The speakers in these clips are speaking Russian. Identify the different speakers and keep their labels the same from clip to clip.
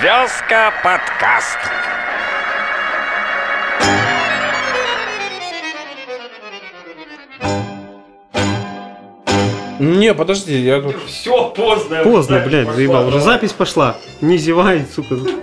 Speaker 1: Сказка подкаст.
Speaker 2: Не, подожди, я тут...
Speaker 3: Все, поздно.
Speaker 4: Поздно,
Speaker 3: Запись
Speaker 4: блядь,
Speaker 3: пошла.
Speaker 4: заебал. Уже запись пошла. Не зевай, сука. Заебал,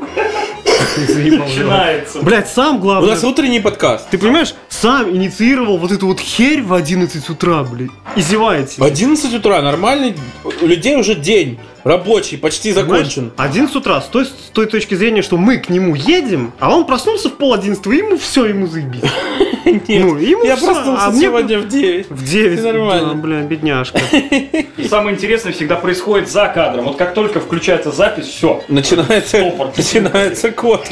Speaker 4: заебал.
Speaker 3: Начинается.
Speaker 4: Блядь, сам
Speaker 2: У
Speaker 4: главное.
Speaker 2: нас утренний подкаст.
Speaker 4: Ты понимаешь, сам инициировал вот эту вот херь в 11 утра, блядь. И зеваете.
Speaker 2: В 11 утра нормальный... У людей уже день рабочий, почти закончен.
Speaker 4: 11 утра, с той, с той точки зрения, что мы к нему едем, а он проснулся в пол одиннадцатого, и ему все, ему заебись. ну, ему
Speaker 2: я
Speaker 4: всё,
Speaker 2: проснулся
Speaker 4: а мне
Speaker 2: сегодня в 9.
Speaker 4: В 9.
Speaker 2: Нормально.
Speaker 4: Да, бля, бедняжка.
Speaker 3: И Самое интересное всегда происходит за кадром. Вот как только включается запись, все.
Speaker 2: Начинается,
Speaker 3: Стопор.
Speaker 2: начинается кот.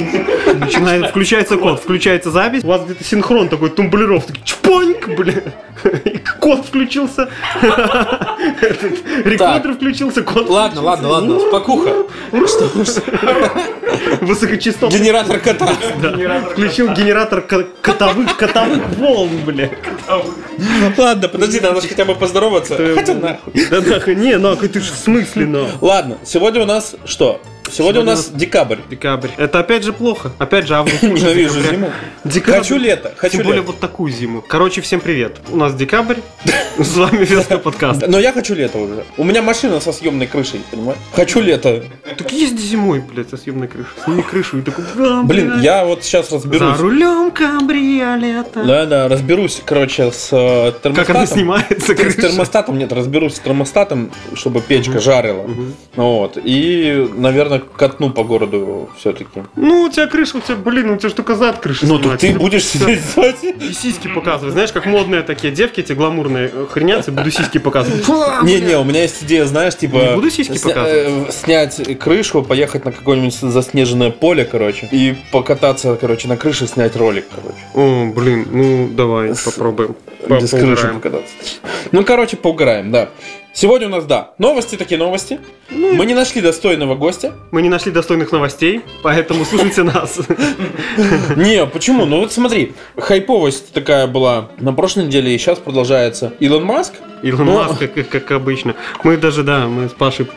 Speaker 4: Начинает, включается код, включается запись. У вас где-то синхрон такой, тумблеров, такой, чпоньк, бля. И код включился. Этот Рекордер включился, код
Speaker 2: Ладно, ладно, ладно, спокуха. Что ж,
Speaker 4: Высокочастотный.
Speaker 2: Генератор кота.
Speaker 4: Включил генератор ко- котовых, котовых волн, бля.
Speaker 2: Ладно, подожди, надо же хотя бы поздороваться. Хотя нахуй.
Speaker 4: Да нахуй, не, нахуй, ты ж в смысле, на.
Speaker 2: Ладно, сегодня у нас что? Сегодня у нас декабрь.
Speaker 4: Декабрь. Это опять же плохо. Опять же август. хуже
Speaker 2: Ненавижу
Speaker 4: декабря.
Speaker 2: зиму.
Speaker 4: Декабрь.
Speaker 2: Хочу лето, хочу
Speaker 4: Тем более
Speaker 2: лето.
Speaker 4: вот такую зиму. Короче, всем привет. У нас декабрь. С вами Веска подкаст.
Speaker 2: Но я хочу лето уже. У меня машина со съемной крышей, понимаешь? Хочу лето.
Speaker 4: Так езди зимой, блядь, со съемной крышей. Сними крышу и такой, «Да,
Speaker 2: Блин,
Speaker 4: блядь,
Speaker 2: я вот сейчас
Speaker 4: За
Speaker 2: разберусь.
Speaker 4: рулем кабриолета.
Speaker 2: Да, да, разберусь, короче, с э,
Speaker 4: Как она
Speaker 2: термостатом.
Speaker 4: снимается,
Speaker 2: С
Speaker 4: крыша?
Speaker 2: термостатом нет, разберусь с термостатом, чтобы печка жарила.
Speaker 4: Мгм.
Speaker 2: Ну Вот. И, наверное, катну по городу все-таки.
Speaker 4: Ну, у тебя крыша, у тебя, блин, у тебя же только зад крыша
Speaker 2: Ну, тут ты
Speaker 4: снимается.
Speaker 2: будешь сидеть сзади.
Speaker 4: И сиськи показывать. Знаешь, как модные такие девки, эти гламурные э, хренятся, буду сиськи показывать.
Speaker 2: Не-не, у меня есть идея, знаешь, типа...
Speaker 4: Не буду сиськи
Speaker 2: сня-
Speaker 4: показывать?
Speaker 2: э, Снять крышу, поехать на какое-нибудь заснеженное поле, короче, и покататься, короче, на крыше, снять ролик, короче.
Speaker 4: О, блин, ну давай
Speaker 2: С-
Speaker 4: попробуем. По-
Speaker 2: Без крыши
Speaker 4: поиграем.
Speaker 2: покататься. Ну, короче, поугараем, да. Сегодня у нас, да, новости такие новости.
Speaker 4: Ну
Speaker 2: Мы не нашли достойного гостя.
Speaker 4: Мы не нашли достойных новостей, поэтому слушайте нас.
Speaker 2: Не, почему? Ну вот смотри, хайповость такая была на прошлой неделе и сейчас продолжается. Илон Маск?
Speaker 4: Илон
Speaker 2: Ну.
Speaker 4: Маск, как, как обычно. Мы даже, да, мы с Пашей,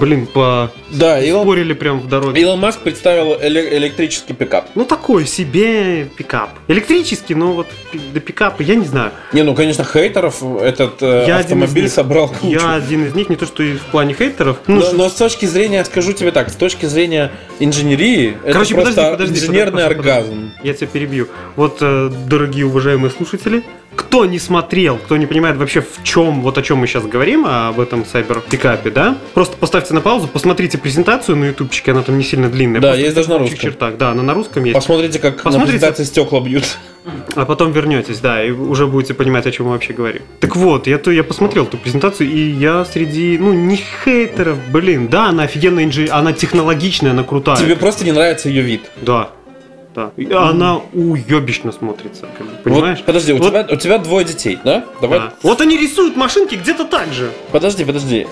Speaker 4: блин, поспорили
Speaker 2: Да, Илон,
Speaker 4: прям в дороге.
Speaker 2: Илон Маск представил эле- электрический пикап.
Speaker 4: Ну такой себе пикап. Электрический, но вот пи- до пикапа, я не знаю.
Speaker 2: Не, ну, конечно, хейтеров этот э,
Speaker 4: Я один из
Speaker 2: автомобиль
Speaker 4: них.
Speaker 2: собрал кучу.
Speaker 4: Я один из них, не то что и в плане хейтеров. Ну,
Speaker 2: Но,
Speaker 4: ж-
Speaker 2: но с точки зрения, скажу тебе так, с точки зрения инженерии, это
Speaker 4: Короче, подожди,
Speaker 2: просто
Speaker 4: подожди,
Speaker 2: инженерный
Speaker 4: подожди, подожди.
Speaker 2: оргазм.
Speaker 4: я тебя перебью. Вот, э, дорогие уважаемые слушатели, кто не смотрел, кто не понимает вообще в чем, вот о чем мы сейчас говорим, а об этом сайбер-пикапе, да? Просто поставьте на паузу, посмотрите презентацию на ютубчике, она там не сильно длинная.
Speaker 2: Да,
Speaker 4: просто
Speaker 2: есть даже на
Speaker 4: в общих
Speaker 2: русском.
Speaker 4: чертах, да, она на русском есть.
Speaker 2: Посмотрите, как на
Speaker 4: Посмотрите.
Speaker 2: презентации стекла бьют.
Speaker 4: А потом вернетесь, да, и уже будете понимать, о чем мы вообще говорим. Так вот, я, то, я посмотрел эту презентацию, и я среди, ну, не хейтеров, блин, да, она офигенная инжи, она технологичная, она крутая.
Speaker 2: Тебе просто не нравится ее вид.
Speaker 4: Да, да. И Она уебищно смотрится, как бы, понимаешь?
Speaker 2: Вот, подожди, у,
Speaker 4: Вот-
Speaker 2: тебя, у тебя двое детей, да? Давай.
Speaker 4: Да. Вот они рисуют машинки где-то так же.
Speaker 2: Подожди, подожди.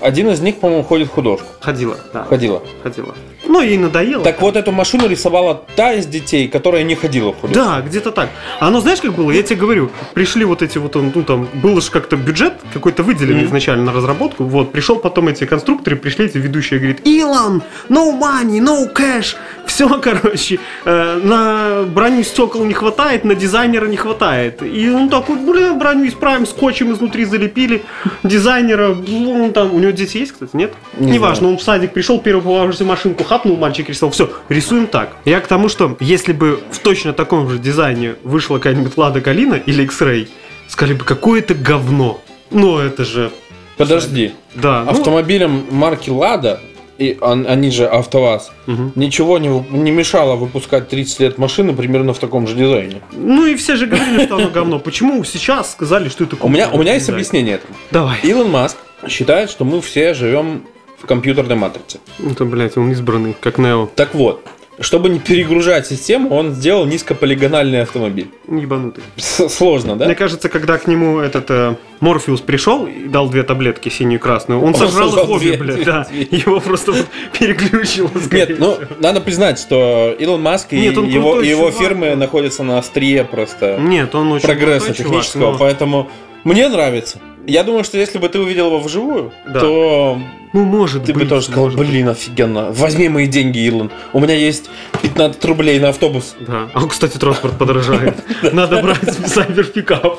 Speaker 2: Один из них, по-моему, ходит в художку.
Speaker 4: Ходила, да,
Speaker 2: Ходила.
Speaker 4: ходила. Ну, ей надоело.
Speaker 2: Так вот, эту машину рисовала та из детей, которая не ходила в художку.
Speaker 4: Да, где-то так. Оно знаешь, как было? Я тебе говорю, пришли вот эти вот, ну там, было же как-то бюджет какой-то выделен
Speaker 2: Мгм.
Speaker 4: изначально на разработку, вот, пришел потом эти конструкторы, пришли эти ведущие, говорит, Илон, no money, no cash, все, короче, э, на броню стекол не хватает, на дизайнера не хватает. И он такой, блин, броню исправим, скотчем изнутри залепили, дизайнера, ну там, у него дети есть, кстати, нет?
Speaker 2: Не
Speaker 4: Неважно, он в садик пришел, первую попавшуюся машинку хапнул, мальчик рисовал. Все, рисуем так. Я к тому, что если бы в точно таком же дизайне вышла какая-нибудь Лада Калина или X-Ray, сказали бы, какое это говно. Ну, это же...
Speaker 2: Подожди.
Speaker 4: Да, ну,
Speaker 2: Автомобилям марки Лада, и он- они же АвтоВАЗ,
Speaker 4: мгм.
Speaker 2: ничего не, вып- не мешало выпускать 30 лет машины примерно в таком же дизайне.
Speaker 4: Ну и все же говорили, что оно говно. Почему сейчас сказали, что это
Speaker 2: У меня, у меня есть
Speaker 4: дизайн?
Speaker 2: объяснение этому.
Speaker 4: Давай.
Speaker 2: Илон Маск считает, что мы все живем в компьютерной матрице.
Speaker 4: Это, блядь, он избранный, как Нео.
Speaker 2: Так вот, чтобы не перегружать систему, он сделал низкополигональный автомобиль.
Speaker 4: Ебанутый.
Speaker 2: С- сложно, да?
Speaker 4: Мне кажется, когда к нему этот э, Морфеус пришел и дал две таблетки, синюю и красную, он,
Speaker 2: Он
Speaker 4: сожрал
Speaker 2: сожрал
Speaker 4: их обе,
Speaker 2: две.
Speaker 4: блядь, да. Его просто вот переключило. скорее
Speaker 2: Нет, ну,
Speaker 4: всего.
Speaker 2: надо признать, что Илон Маск и
Speaker 4: Нет, он
Speaker 2: его,
Speaker 4: крутой
Speaker 2: и его
Speaker 4: чувак.
Speaker 2: фирмы находятся на острие просто
Speaker 4: Нет, он очень
Speaker 2: прогресса
Speaker 4: крутой чувак,
Speaker 2: технического,
Speaker 4: но-
Speaker 2: поэтому мне нравится. Я думаю, что если бы ты увидел его вживую,
Speaker 4: Да.
Speaker 2: то
Speaker 4: Ну, может
Speaker 2: Ты
Speaker 4: быть.
Speaker 2: бы тоже сказал,
Speaker 4: может быть.
Speaker 2: блин, офигенно. Возьми мои деньги, Илон. У меня есть 15 рублей на автобус.
Speaker 4: Да. А, кстати, транспорт подорожает. Надо брать сайберпикап.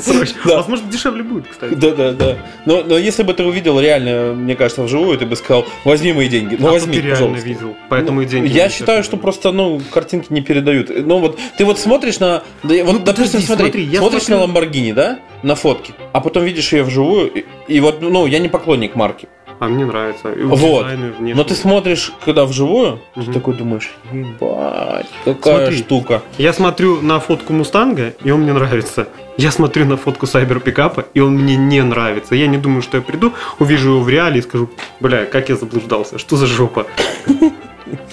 Speaker 4: Срочно.
Speaker 2: Да. Ну,
Speaker 4: Возможно, дешевле будет, кстати.
Speaker 2: Да, да, да. Но, но если бы ты увидел реально, мне кажется, вживую, ты бы сказал, возьми мои деньги. Ну
Speaker 4: А
Speaker 2: возьми,
Speaker 4: тут ты реально
Speaker 2: пожалуйста. Ну,
Speaker 4: видел, поэтому и деньги.
Speaker 2: Я
Speaker 4: не
Speaker 2: считаю,
Speaker 4: сейчас
Speaker 2: что
Speaker 4: не
Speaker 2: просто, ну, картинки не передают. Ну вот, ты вот смотришь на, да, вот, допустим,
Speaker 4: Ну, подожди,
Speaker 2: смотри,
Speaker 4: смотри, я
Speaker 2: смотришь
Speaker 4: смотрю-
Speaker 2: на Ламборгини, да, на фотке, а потом видишь ее вживую, и, и вот, ну, я не поклонник марки,
Speaker 4: видно. А мне нравится. И
Speaker 2: Вот.
Speaker 4: дизайн, и внешне.
Speaker 2: но ты смотришь, когда вживую, ты
Speaker 4: Мгм.
Speaker 2: такой думаешь, ебать, какая
Speaker 4: Смотри.
Speaker 2: штука.
Speaker 4: Я смотрю на фотку Мустанга, и он мне нравится. Я смотрю на фотку Сайберпикапа, и он мне не нравится. Я не думаю, что я приду, увижу его в реале и скажу, бля, как я заблуждался, что за жопа.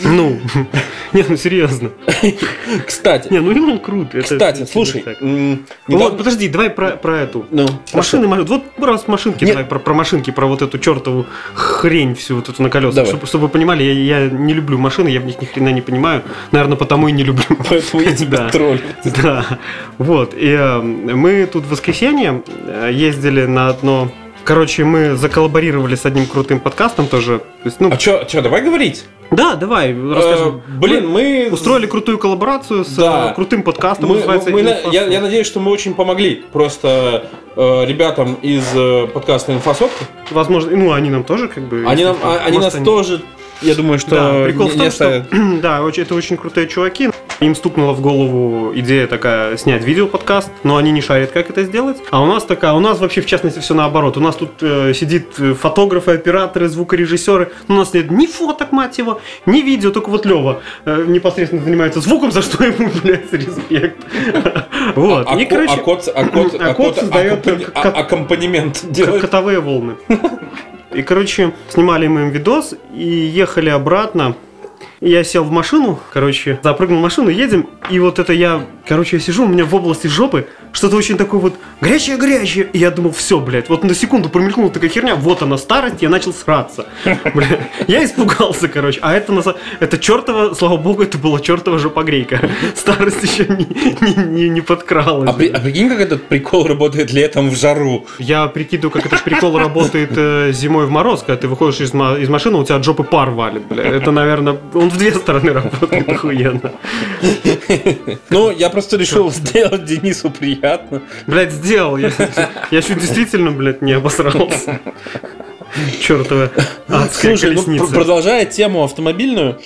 Speaker 4: Ну, не, ну серьезно.
Speaker 2: Кстати,
Speaker 4: Не, ну Илон крут. это-
Speaker 2: кстати,
Speaker 4: это
Speaker 2: слушай,
Speaker 4: так.
Speaker 2: м,
Speaker 4: Вот,
Speaker 2: недавно-
Speaker 4: подожди, давай про, про эту.
Speaker 2: ну,
Speaker 4: Машины, машины. Вот ну, раз машинки,
Speaker 2: Нет.
Speaker 4: давай про, про машинки, про вот эту чертову хрень всю вот эту на колесах.
Speaker 2: Давай.
Speaker 4: Чтобы, чтобы вы понимали, я, я не люблю машины, я в них ни хрена не понимаю. Наверное, потому и не люблю.
Speaker 2: поэтому я тебя
Speaker 4: Да.
Speaker 2: троллю.
Speaker 4: Да, вот. И э, мы тут в воскресенье э, ездили на одно... Короче, мы заколлаборировали с одним крутым подкастом тоже. То есть, ну,
Speaker 2: А чё, чё, давай говорить?
Speaker 4: да, давай, расскажем.
Speaker 2: А Э, блин, мы...
Speaker 4: Ну, Устроили крутую коллаборацию с
Speaker 2: Да.
Speaker 4: э, крутым подкастом.
Speaker 2: Мы-
Speaker 4: называется
Speaker 2: мы на-
Speaker 4: «Инфосо».
Speaker 2: я, я надеюсь, что мы очень помогли просто э, ребятам из э, подкаста «Инфосотка».
Speaker 4: Возможно, ну, они нам тоже как бы...
Speaker 2: Они,
Speaker 4: если
Speaker 2: нам,
Speaker 4: что,
Speaker 2: а- они
Speaker 4: может,
Speaker 2: нас тоже, я думаю, что
Speaker 4: да, прикол
Speaker 2: не,
Speaker 4: в том,
Speaker 2: не
Speaker 4: что
Speaker 2: оставят.
Speaker 4: да, оч- это очень крутые чуваки. Им стукнула в голову идея такая снять видеоподкаст, но они не шарят, как это сделать. А у нас такая, у нас вообще в частности все наоборот. У нас тут э, сидит э, фотографы, операторы, звукорежиссеры. Но у нас нет ни фоток, мать его, ни видео, только вот Лева непосредственно занимается звуком, за что ему, блядь, респект. Вот.
Speaker 2: А, ко- а
Speaker 4: И, короче,
Speaker 2: кот, а кот, а
Speaker 4: а кот
Speaker 2: кот
Speaker 4: создаёт
Speaker 2: аккомпани-
Speaker 4: кот-
Speaker 2: а- аккомпанемент
Speaker 4: Как
Speaker 2: делает.
Speaker 4: Котовые волны. И, короче, снимали мы им видос и ехали обратно. И Я сел в машину, короче, запрыгнул в машину, едем, и вот это я, короче, я сижу, у меня в области жопы что-то очень такое вот горячее-горячее, и я думал, все, блядь, вот на секунду промелькнула такая херня, вот она старость, я начал сраться, Блядь, я испугался, короче, а это, на са- это чертова, слава богу, это была чертова жопогрейка, старость еще не, не, не- не подкралась.
Speaker 2: А, при- а прикинь, как этот прикол работает летом в жару.
Speaker 4: Я прикидываю, как этот прикол работает э, зимой в мороз, когда ты выходишь из, ма- из машины, у тебя от жопы пар валит, бля. Это, наверное, он в две стороны работает охуенно.
Speaker 2: Ну, я просто решил сделать Денису приятно.
Speaker 4: Блядь, сделал. Я, я чуть действительно, блядь, не обосрался. Чертова адская
Speaker 2: Слушай, ну,
Speaker 4: А, колесница.
Speaker 2: пр- продолжая тему автомобильную,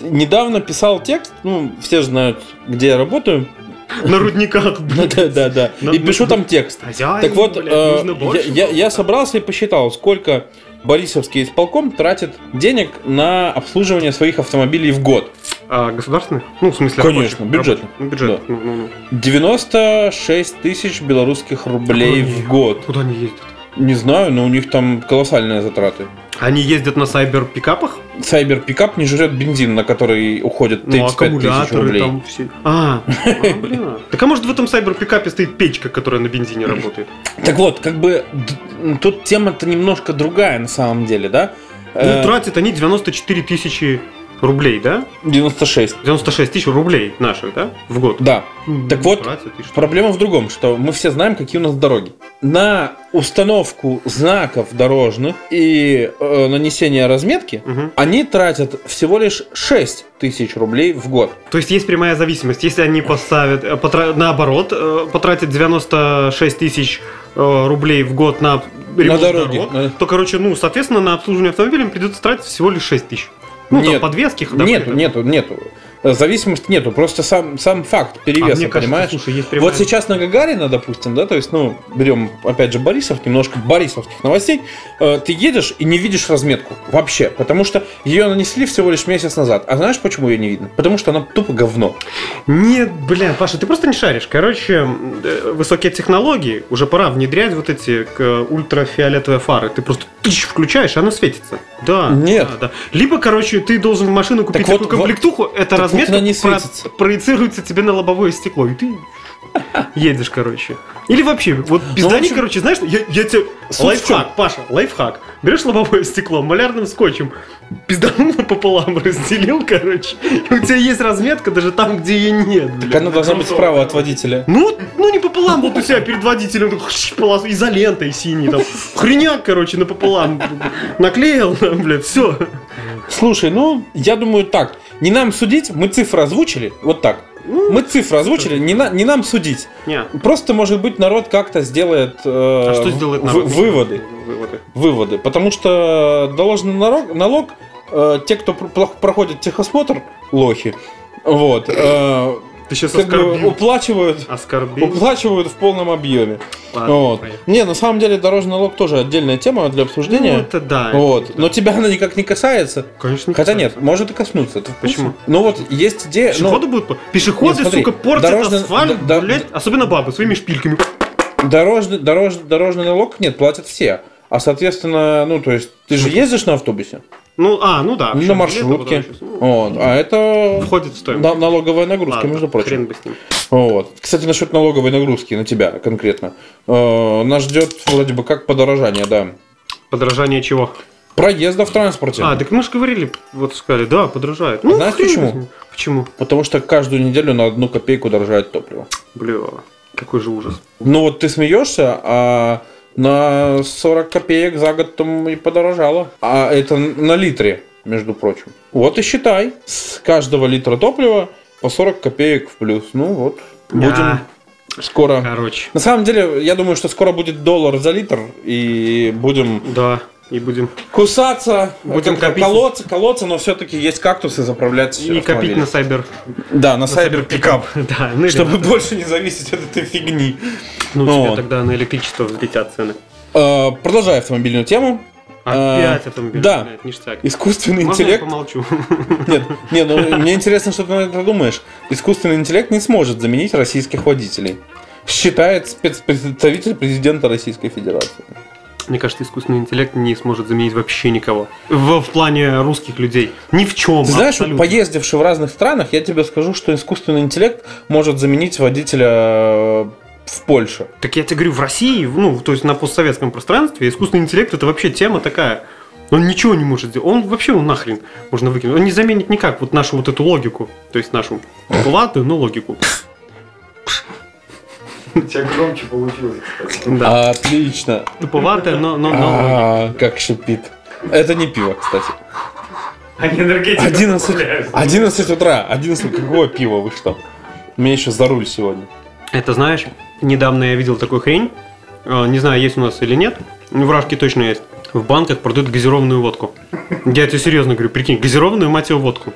Speaker 2: недавно писал текст, ну, все знают, где я работаю.
Speaker 4: На рудниках, блядь.
Speaker 2: Да, да, да.
Speaker 4: Ну,
Speaker 2: И
Speaker 4: ну,
Speaker 2: пишу
Speaker 4: ну,
Speaker 2: там текст.
Speaker 4: Хозяин,
Speaker 2: Так вот,
Speaker 4: блядь,
Speaker 2: э,
Speaker 4: нужно
Speaker 2: я-
Speaker 4: больше
Speaker 2: я,
Speaker 4: было.
Speaker 2: я собрался и посчитал, сколько Борисовский исполком тратит денег на обслуживание своих автомобилей в год.
Speaker 4: А, государственный? Ну, в смысле,
Speaker 2: Конечно,
Speaker 4: рабочий,
Speaker 2: бюджетный.
Speaker 4: рабочий. Ну, бюджетный.
Speaker 2: Да.
Speaker 4: ну, ну, ну.
Speaker 2: 96 тысяч белорусских рублей в год.
Speaker 4: Куда они ездят?
Speaker 2: Не знаю, но у них там колоссальные затраты.
Speaker 4: Они ездят на сайбер-пикапах?
Speaker 2: Сайбер-пикап не жрет бензин, на который уходит
Speaker 4: Ну,
Speaker 2: 35 тысяч
Speaker 4: аккумуляторы
Speaker 2: рублей.
Speaker 4: там все. А, а, бля. Так а может в этом сайбер-пикапе стоит печка, которая на бензине работает?
Speaker 2: Так вот, как бы д- тут тема-то немножко другая на самом деле, да?
Speaker 4: Ну,
Speaker 2: Э,
Speaker 4: тратят они 94 тысячи рублей, да?
Speaker 2: 96.
Speaker 4: 96 тысяч рублей наших, да? В год. Ну,
Speaker 2: Да. Так вот,
Speaker 4: Тратят, и что?
Speaker 2: Проблема в другом, что мы все знаем, какие у нас дороги. На установку знаков дорожных и э, нанесение разметки
Speaker 4: Мгм.
Speaker 2: они тратят всего лишь 6 тысяч рублей в год.
Speaker 4: То есть есть прямая зависимость. Если они поставят, э, потра- наоборот, э, потратят 96 тысяч э, рублей в год на ремонт
Speaker 2: дороги,
Speaker 4: дорог,
Speaker 2: да.
Speaker 4: то, короче, ну, соответственно, на обслуживание автомобиля им придется тратить всего лишь 6 тысяч. Ну,
Speaker 2: Нет.
Speaker 4: там подвески, ходовые,
Speaker 2: Нету,
Speaker 4: там.
Speaker 2: нету, нету. Э, Зависимость нету. Просто сам, сам факт
Speaker 4: А
Speaker 2: перевеса,
Speaker 4: мне кажется,
Speaker 2: понимаешь?
Speaker 4: слушай, есть прямая
Speaker 2: Вот сейчас на Гагарина, допустим, да, то есть, ну, берем, опять же, Борисов, немножко борисовских новостей, э, ты едешь и не видишь разметку вообще, потому что ее нанесли всего лишь месяц назад. А знаешь, почему ее не видно? Потому что она тупо говно.
Speaker 4: Нет, бля, Паша, ты просто не шаришь. Короче, м, э, высокие технологии, уже пора внедрять вот эти к, э, ультрафиолетовые фары. Ты просто тыщ включаешь, и она светится. Да.
Speaker 2: Нет.
Speaker 4: Да, да. Либо, короче, ты должен в машину купить
Speaker 2: вот-
Speaker 4: такую комплектуху, эта
Speaker 2: так
Speaker 4: разметка
Speaker 2: вот она не
Speaker 4: про-
Speaker 2: светится.
Speaker 4: проецируется тебе на лобовое стекло, и ты едешь, короче. Или вообще, вот пизда
Speaker 2: Ну, в общем-
Speaker 4: короче, знаешь, я, я тебе...
Speaker 2: Суть в чем?
Speaker 4: Лайфхак, Паша, лайфхак. Берешь лобовое стекло малярным скотчем, пизданул пополам, разделил, короче, и у тебя есть разметка даже там, где ее нет, блядь.
Speaker 2: Так а она должна быть
Speaker 3: Круто.
Speaker 2: справа от водителя.
Speaker 4: Ну, ну не пополам, вот у тебя перед водителем так, хш, полос- изолентой синий там. Хреняк, короче, на Илан наклеил, блядь, все.
Speaker 2: Слушай, ну, я думаю так. Не нам судить, мы цифры озвучили, вот так. Мы цифры озвучили, не, на- не нам судить.
Speaker 4: Ну, Не.
Speaker 2: Просто, может быть, народ как-то сделает, э,
Speaker 4: А что сделает
Speaker 2: в-
Speaker 4: народ?
Speaker 2: выводы.
Speaker 4: Выводы. выводы.
Speaker 2: Выводы. Потому что доложенный налог, налог, э, те, кто пр- плох- проходит техосмотр, лохи, вот, э,
Speaker 4: Ты сейчас
Speaker 2: как бы
Speaker 4: оскорбил.
Speaker 2: уплачивают,
Speaker 4: Оскорбил. А,
Speaker 2: уплачивают в полном объеме.
Speaker 4: Ладно,
Speaker 2: вот.
Speaker 4: поехали.
Speaker 2: Не, на самом деле дорожный налог тоже отдельная тема для
Speaker 4: Ну,
Speaker 2: обсуждения.
Speaker 4: это да.
Speaker 2: вот. Но тебя она никак не касается.
Speaker 4: Конечно.
Speaker 2: Хотя нет, может и коснуться. это вкусно.
Speaker 4: Почему?
Speaker 2: Ну вот есть идея. ну,
Speaker 4: Пешеходы будут... по- Пешеходы,
Speaker 2: Нет, смотри,
Speaker 4: сука, портят
Speaker 2: дорожный-
Speaker 4: асфальт,
Speaker 2: да- да-
Speaker 4: блядь, особенно бабы, своими шпильками.
Speaker 2: Дорожный, дорож, дорожный налог нет, платят все. А соответственно, ну то есть ты же ездишь на автобусе,
Speaker 4: Ну, а, ну да.
Speaker 2: на
Speaker 4: причем
Speaker 2: маршрутке,
Speaker 4: билет, а потом еще-
Speaker 2: вот, а это
Speaker 4: Входит в стоимость.
Speaker 2: на- налоговая нагрузка,
Speaker 4: Ладно,
Speaker 2: между прочим.
Speaker 4: Хрен бы с ним.
Speaker 2: Вот. Кстати, насчет налоговой нагрузки на тебя конкретно. Э, нас ждет вроде бы как подорожание, да.
Speaker 4: Подорожание чего?
Speaker 2: Проезда в транспорте.
Speaker 4: А, так мы же говорили, вот сказали, да, подорожает. Ну,
Speaker 2: Знаешь
Speaker 4: хрен
Speaker 2: почему?
Speaker 4: возьми. Почему?
Speaker 2: Потому что каждую неделю на одну копейку дорожает топливо.
Speaker 4: Бля, какой же ужас.
Speaker 2: Ну вот ты смеешься, а на 40 копеек за год там и подорожало. А это на литре, между прочим. Вот и считай. С каждого литра топлива по 40 копеек в плюс. Ну вот, будем
Speaker 4: Да.
Speaker 2: скоро...
Speaker 4: Короче.
Speaker 2: На самом деле, я думаю, что скоро будет доллар за литр, и будем
Speaker 4: Да, и будем
Speaker 2: кусаться,
Speaker 4: Будем
Speaker 2: как-
Speaker 4: копить.
Speaker 2: колоться, колоться, но все-таки есть кактусы заправлять
Speaker 4: и копить
Speaker 2: автомобили.
Speaker 4: на сайбер.
Speaker 2: Да, на сайбер-пикап,
Speaker 4: Да, ну или-
Speaker 2: чтобы больше не зависеть от этой фигни.
Speaker 4: ну,
Speaker 2: ну,
Speaker 4: тебе
Speaker 2: вот.
Speaker 4: тогда на электричество взлетят цены.
Speaker 2: Э, Продолжая автомобильную тему,
Speaker 4: Опять
Speaker 2: Э,
Speaker 4: автомобиль.
Speaker 2: да.
Speaker 4: блядь, ништяк.
Speaker 2: искусственный
Speaker 4: Можно я
Speaker 2: интеллект...
Speaker 4: помолчу?
Speaker 2: Нет, не, ну мне интересно, что ты на это думаешь. Искусственный интеллект не сможет заменить российских водителей. Считает спецпредставитель президента Российской Федерации.
Speaker 4: Мне кажется, искусственный интеллект не сможет заменить вообще никого. В, в плане русских людей. Ни в чем.
Speaker 2: Ты знаешь, вот
Speaker 4: абсолютно.
Speaker 2: поездивши в разных странах, я тебе скажу, что искусственный интеллект может заменить водителя э, в Польше.
Speaker 4: Так я тебе говорю, в России, ну, то есть на постсоветском пространстве, искусственный интеллект это вообще тема такая. Он ничего не может сделать. Он вообще ну, нахрен можно выкинуть. Он не заменит никак вот нашу вот эту логику. То есть нашу ладную, но логику.
Speaker 5: У тебя громче получилось, кстати.
Speaker 4: Да. Ну,
Speaker 2: Отлично.
Speaker 4: Туповатая, но, но, но логика.
Speaker 2: А, как шипит. Это не пиво, кстати.
Speaker 3: Они энергетикой
Speaker 2: 11,
Speaker 3: управляются.
Speaker 2: 11 утра. 11 какого пива вы что? Мне еще за руль сегодня.
Speaker 4: Это знаешь, недавно я видел такую хрень. Э, Не знаю, есть у нас или нет. Ну, В Рашке точно есть. В банках продают газированную водку. Я тебе серьезно говорю, прикинь, газированную, мать его, водку.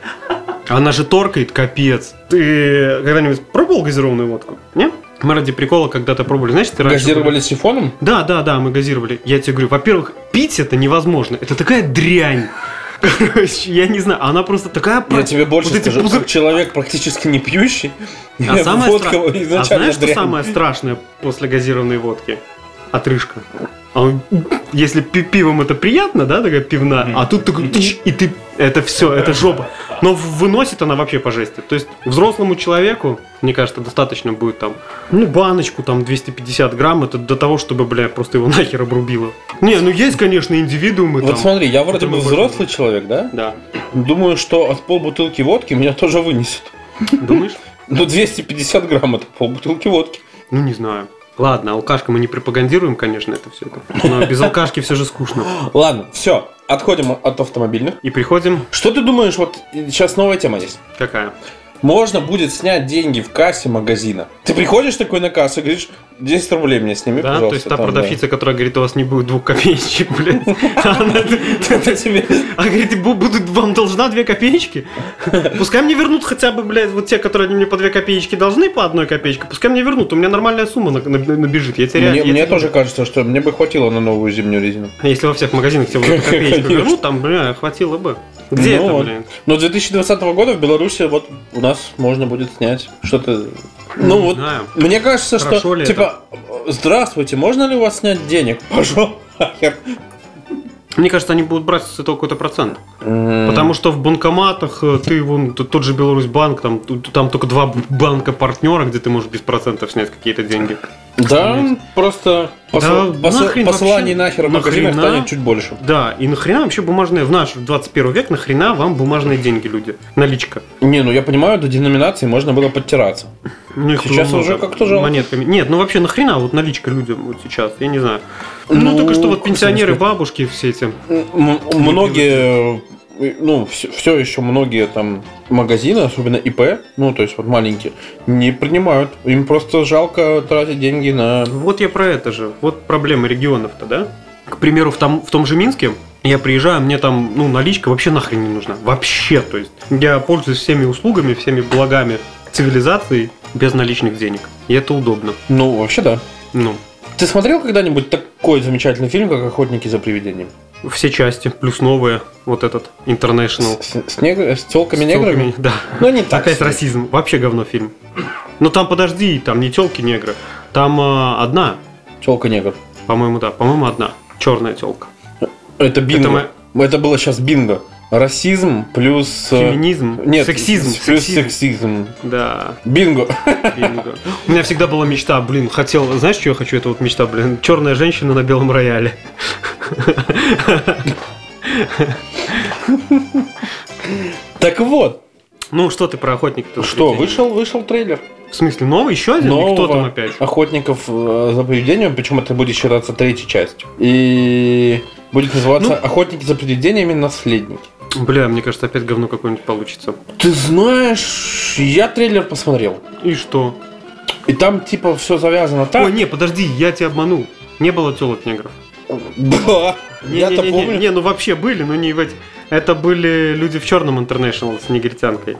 Speaker 4: Она же торкает, капец. Ты когда-нибудь пробовал газированную водку? Нет? Мы ради прикола когда-то пробовали. Знаешь, ты раньше...
Speaker 2: Газировали сифоном?
Speaker 4: Да, да, да, мы газировали. Я тебе говорю, во-первых, пить это невозможно. Это такая дрянь. Короче, я не знаю, она просто такая...
Speaker 2: Я тебе больше
Speaker 4: вот эти
Speaker 2: скажу,
Speaker 4: пузырь-
Speaker 2: как человек практически не пьющий,
Speaker 4: А, самое
Speaker 2: водка
Speaker 4: стра-
Speaker 2: изначально
Speaker 4: а знаешь, что
Speaker 2: дрянь.
Speaker 4: самое страшное после газированной водки? Отрыжка. А он- Если пи- пивом это приятно, да, такая пивная, а тут такой тыщ, и ты, это все, это жопа. Но в- выносит она вообще по жести. То есть взрослому человеку, мне кажется, достаточно будет там, ну, баночку там 250 грамм, это до того, чтобы, бля, просто его нахер обрубило. Не, ну есть, конечно, индивидуумы
Speaker 2: Вот
Speaker 4: там.
Speaker 2: смотри, я вроде
Speaker 4: Потом
Speaker 2: бы
Speaker 4: мы
Speaker 2: взрослый человек, да?
Speaker 4: Да.
Speaker 2: Думаю, что от полбутылки водки меня тоже вынесет.
Speaker 4: Думаешь?
Speaker 2: Ну, 250 грамм это полбутылки водки.
Speaker 4: Ну, не знаю. Ладно, алкашка мы не пропагандируем, конечно, это все. Но без алкашки все же скучно.
Speaker 2: Ладно, все, отходим от автомобильных.
Speaker 4: И приходим.
Speaker 2: Что ты думаешь, вот сейчас новая тема есть?
Speaker 4: Какая?
Speaker 2: Можно будет снять деньги в кассе магазина. Ты приходишь такой на кассу и говоришь, 10 рублей мне сними,
Speaker 4: да,
Speaker 2: пожалуйста.
Speaker 4: то есть та
Speaker 2: там, да.
Speaker 4: продавщица, которая говорит, у вас не будет двух копеечек, блядь. А она-
Speaker 2: Это тебе-
Speaker 4: а говорит, «Бу- буду- вам должна две копеечки. Пускай мне вернут хотя бы, блядь, вот те, которые мне по две копеечки должны, по одной копеечке, пускай мне вернут. У меня нормальная сумма на- на- набежит. Я тебе реально-
Speaker 2: Мне,
Speaker 4: я
Speaker 2: мне
Speaker 4: тебе-
Speaker 2: тоже кажется, что мне бы хватило на новую зимнюю резину.
Speaker 4: А Если во всех магазинах тебе вот эту копеечку
Speaker 2: Конечно.
Speaker 4: вернут, там, бля, хватило бы. Где
Speaker 2: Ну
Speaker 4: это,
Speaker 2: вот.
Speaker 4: блядь?
Speaker 2: Но 2020 года в Беларуси вот у нас можно будет снять что-то. Ну
Speaker 4: Не
Speaker 2: вот,
Speaker 4: знаю.
Speaker 2: мне кажется, что
Speaker 4: Хорошо ли
Speaker 2: типа, здравствуйте, можно ли у вас снять денег? Пожалуйста.
Speaker 4: Мне кажется, они будут брать с этого какой-то процент.
Speaker 2: Потому
Speaker 4: Потому что в банкоматах э, ты вон т- тот же Беларусьбанк, там, тут- там только два б- банка партнера, где ты можешь без процентов снять какие-то деньги.
Speaker 2: Да, просто посыл-
Speaker 4: Да
Speaker 2: посыл-
Speaker 4: нахрен
Speaker 2: посыланий
Speaker 4: вообще.
Speaker 2: нахер в магазинах
Speaker 4: Нахрена?
Speaker 2: станет чуть больше.
Speaker 4: Да, и нахрена вообще бумажные, в наш 21 век, нахрена вам бумажные деньги, люди? Наличка.
Speaker 2: Не, ну я понимаю, до деноминации можно было подтираться.
Speaker 4: Ну, их
Speaker 2: Сейчас
Speaker 4: много.
Speaker 2: уже как-то жалко.
Speaker 4: Монетками. Нет, ну вообще нахрена вот наличка людям вот сейчас, я не знаю. Ну,
Speaker 2: Ну,
Speaker 4: только что вот
Speaker 2: как-то не
Speaker 4: пенсионеры,
Speaker 2: сказать.
Speaker 4: бабушки все эти.
Speaker 2: М- Многие, э, ну, все, еще многие там магазины, особенно ИП, ну, то есть вот маленькие, не принимают. Им просто жалко тратить деньги на...
Speaker 4: Ну, Вот я про это же. Вот проблема регионов-то, да? К примеру, в, том в том же Минске я приезжаю, мне там, ну, наличка вообще нахрен не нужна. Вообще, то есть. Я пользуюсь всеми услугами, всеми благами цивилизации без наличных денег. И это удобно.
Speaker 2: Ну, вообще да.
Speaker 4: Ну,
Speaker 2: Ты смотрел когда-нибудь такой замечательный фильм, как «Охотники за привидениями»?
Speaker 4: все части, плюс новые, вот этот, International.
Speaker 2: С, с, нег- с телками
Speaker 4: Ну. С
Speaker 2: неграми?
Speaker 4: тёлками, Да.
Speaker 2: Ну, не так.
Speaker 4: Опять расизм. Вообще говно фильм. Но там, подожди, там не телки негры. Там э, одна,
Speaker 2: Телка негр.
Speaker 4: по-моему, да, по-моему, одна. Черная телка.
Speaker 2: Это
Speaker 4: Это
Speaker 2: бинго.
Speaker 4: мы-
Speaker 2: Это, было сейчас бинго. Расизм плюс... э,
Speaker 4: Феминизм.
Speaker 2: Нет,
Speaker 4: Сексизм.
Speaker 2: Плюс
Speaker 4: сексизм.
Speaker 2: сексизм.
Speaker 4: Да.
Speaker 2: Бинго.
Speaker 4: бинго. У меня всегда была мечта, блин, хотел, знаешь, что я хочу? Это вот мечта, блин, черная женщина на белом рояле.
Speaker 2: Так вот,
Speaker 4: Ну, что ты про охотник
Speaker 2: что, вышел, вышел трейлер.
Speaker 4: В смысле, новый? Еще один? И кто там
Speaker 2: нового
Speaker 4: опять?
Speaker 2: охотников э, за привидениями, причем это будет считаться третьей частью. И будет называться
Speaker 4: Ну-
Speaker 2: Охотники за привидениями наследники.
Speaker 4: Бля, мне кажется, опять говно какое-нибудь получится.
Speaker 2: Ты знаешь, я трейлер посмотрел.
Speaker 4: И что?
Speaker 2: И там типа все завязано так.
Speaker 4: Ой, не, подожди, я тебя обманул. Не было телок негров.
Speaker 2: Да.
Speaker 4: Не,
Speaker 2: Я-то
Speaker 4: не, не,
Speaker 2: помню.
Speaker 4: Не, не, ну вообще были, но не в эти- Это были люди в черном интернешнл с негритянкой,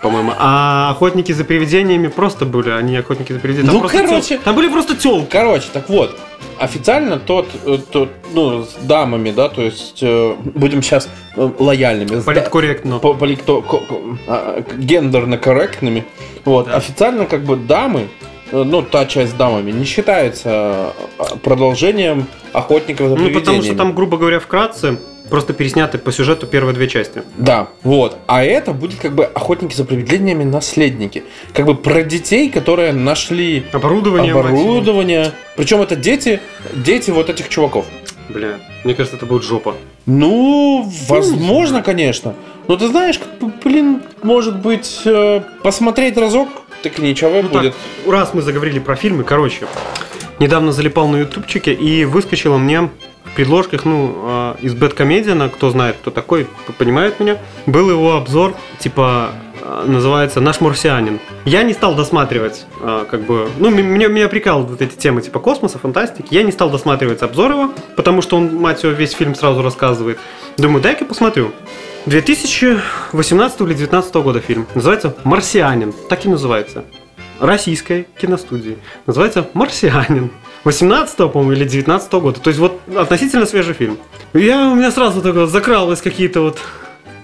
Speaker 4: по-моему. А охотники за привидениями просто были, они охотники за привидениями. Там
Speaker 2: Ну,
Speaker 4: просто тел-
Speaker 2: короче.
Speaker 4: Там были просто телки.
Speaker 2: Короче, так вот, официально тот, э, тот, ну, с дамами, да, то есть э, будем сейчас лояльными. с да-
Speaker 4: Политкорректно.
Speaker 2: по- поликто- ко- ко- а, к- гендерно корректными. Вот.
Speaker 4: Да.
Speaker 2: Официально как бы дамы, э, ну, та часть с дамами, не считается а, продолжением охотников за
Speaker 4: Ну, потому что
Speaker 2: привидениями.
Speaker 4: там, грубо говоря, вкратце, просто пересняты по сюжету первые две части.
Speaker 2: Да, вот. А это будет как бы охотники за привидениями наследники. Как бы про детей, которые нашли
Speaker 4: Оборудование, мать его.
Speaker 2: оборудование. Причем это дети, дети вот этих чуваков.
Speaker 4: Бля, мне кажется, это будет жопа.
Speaker 2: Ну, возможно, конечно. Но ты знаешь, как бы, блин, может быть, э, посмотреть разок, так ничего
Speaker 4: Ну
Speaker 2: будет.
Speaker 4: так, раз мы заговорили про фильмы, короче, недавно залипал на ютубчике и выскочило мне в предложках, ну, а, из Бэткомедиана, кто знает, кто такой, кто понимает меня, был его обзор, типа, а, называется «Наш марсианин». Я не стал досматривать, а, как бы, ну, м- меня, меня прикалывают вот эти темы, типа, космоса, фантастики. Я не стал досматривать обзор его, потому что он, мать его, весь фильм сразу рассказывает. Думаю, дай-ка посмотрю. 2018 или 2019 года фильм. Называется «Марсианин». Так и называется российской киностудии. Называется «Марсианин». 18 по-моему, или 19 года. То есть вот относительно свежий фильм. Я, у меня сразу такое закралось какие-то вот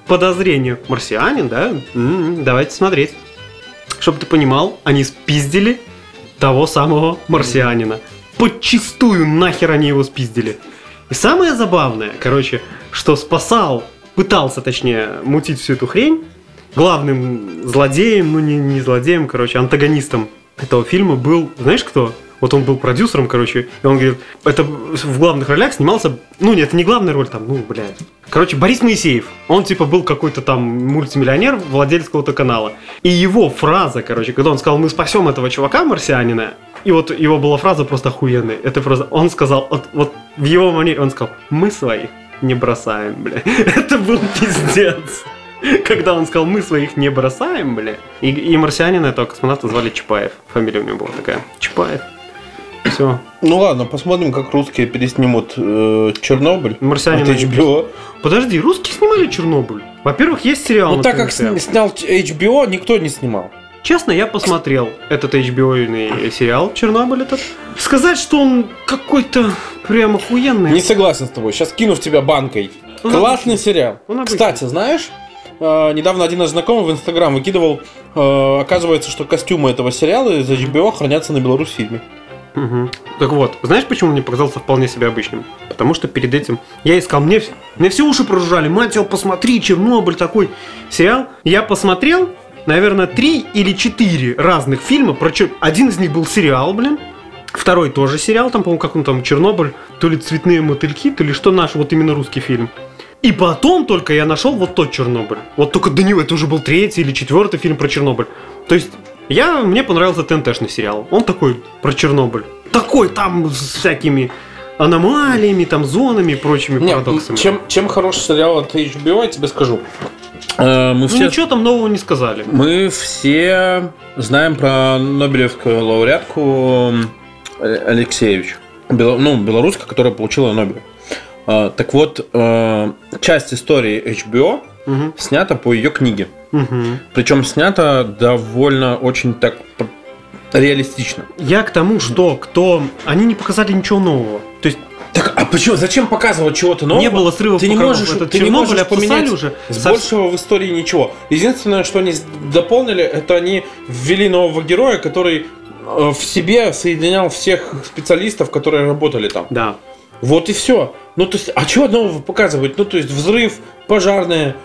Speaker 4: подозрения. «Марсианин», да? М, давайте смотреть. Чтобы ты понимал, они спиздили того самого марсианина. Подчистую нахер они его спиздили. И самое забавное, короче, что спасал, пытался, точнее, мутить всю эту хрень, главным злодеем, ну не, не злодеем, короче, антагонистом этого фильма был, знаешь кто? Вот он был продюсером, короче, и он говорит, это в главных ролях снимался, ну нет, это не главная роль там, ну, блядь. Короче, Борис Моисеев, он типа был какой-то там мультимиллионер, владелец какого-то канала. И его фраза, короче, когда он сказал, мы спасем этого чувака, марсианина, и вот его была фраза просто охуенная. Это просто, он сказал, вот, вот в его манере, он сказал, мы своих не бросаем, бля. Это был пиздец. Когда он сказал, мы своих не бросаем, бля. И, и марсианина этого космонавта звали Чапаев. Фамилия у него была такая. Чапаев. Все.
Speaker 2: Ну ладно, посмотрим, как русские переснимут э, Чернобыль.
Speaker 4: Марсианин
Speaker 2: от
Speaker 4: они
Speaker 2: HBO.
Speaker 4: Подожди, русские снимали Чернобыль? Во-первых, есть сериал.
Speaker 2: Ну
Speaker 4: на
Speaker 2: так как
Speaker 4: ТНТ.
Speaker 2: сни- снял ч- HBO, никто не снимал.
Speaker 4: Честно, я посмотрел этот HBO сериал Чернобыль этот. Сказать, что он какой-то прям охуенный.
Speaker 2: Не согласен с тобой. Сейчас кину в тебя банкой.
Speaker 4: Он
Speaker 2: Классный сериал.
Speaker 4: Он обычный.
Speaker 2: Кстати, знаешь, э, недавно один из знакомых в Инстаграм выкидывал, э, оказывается, что костюмы этого сериала из HBO хранятся на Беларусьфильме.
Speaker 4: Мгм. Так вот, знаешь, почему мне показался вполне себе обычным? Потому что перед этим я искал, мне, вс- мне все уши прожужжали, мать его, посмотри, Чернобыль такой сериал. Я посмотрел, наверное, три или четыре разных фильма про Чер- Один из них был сериал, блин. Второй тоже сериал, там, по-моему, как он там, Чернобыль, то ли «Цветные мотыльки», то ли что наш, вот именно русский фильм. И потом только я нашел вот тот Чернобыль. Вот только до него, это уже был третий или четвертый фильм про Чернобыль. То есть Я, мне понравился ТНТшный сериал. Он такой про Чернобыль. Такой там с всякими аномалиями, там зонами и прочими
Speaker 2: Не,
Speaker 4: парадоксами.
Speaker 2: чем, чем хорош сериал от HBO, я тебе скажу. Э, мы,
Speaker 4: Ну,
Speaker 2: все,
Speaker 4: ничего там нового не сказали.
Speaker 2: мы все знаем про Нобелевскую лауреатку э, Алексеевич. Бело- ну, белоруска, которая получила Нобель. Э, так вот, э, часть истории HBO
Speaker 4: Мгм.
Speaker 2: снята по ее книге.
Speaker 4: Мгм.
Speaker 2: Причем снято довольно очень так п- реалистично.
Speaker 4: Я к тому, что кто... Они не показали ничего нового. То есть
Speaker 2: Так, а почему? Зачем показывать чего-то нового?
Speaker 4: не было срывов
Speaker 2: ты не
Speaker 4: по кровам.
Speaker 2: можешь,
Speaker 4: Этот
Speaker 2: ты не
Speaker 4: Чернобыль
Speaker 2: можешь
Speaker 4: обсосали
Speaker 2: поменять
Speaker 4: уже.
Speaker 2: С
Speaker 4: Со-
Speaker 2: большего в истории ничего. Единственное, что они с- дополнили, это они ввели нового героя, который э, в себе соединял всех специалистов, которые работали там.
Speaker 4: Да.
Speaker 2: Вот и все. Ну, то есть, а чего нового показывать? Ну, то есть, взрыв, пожарные.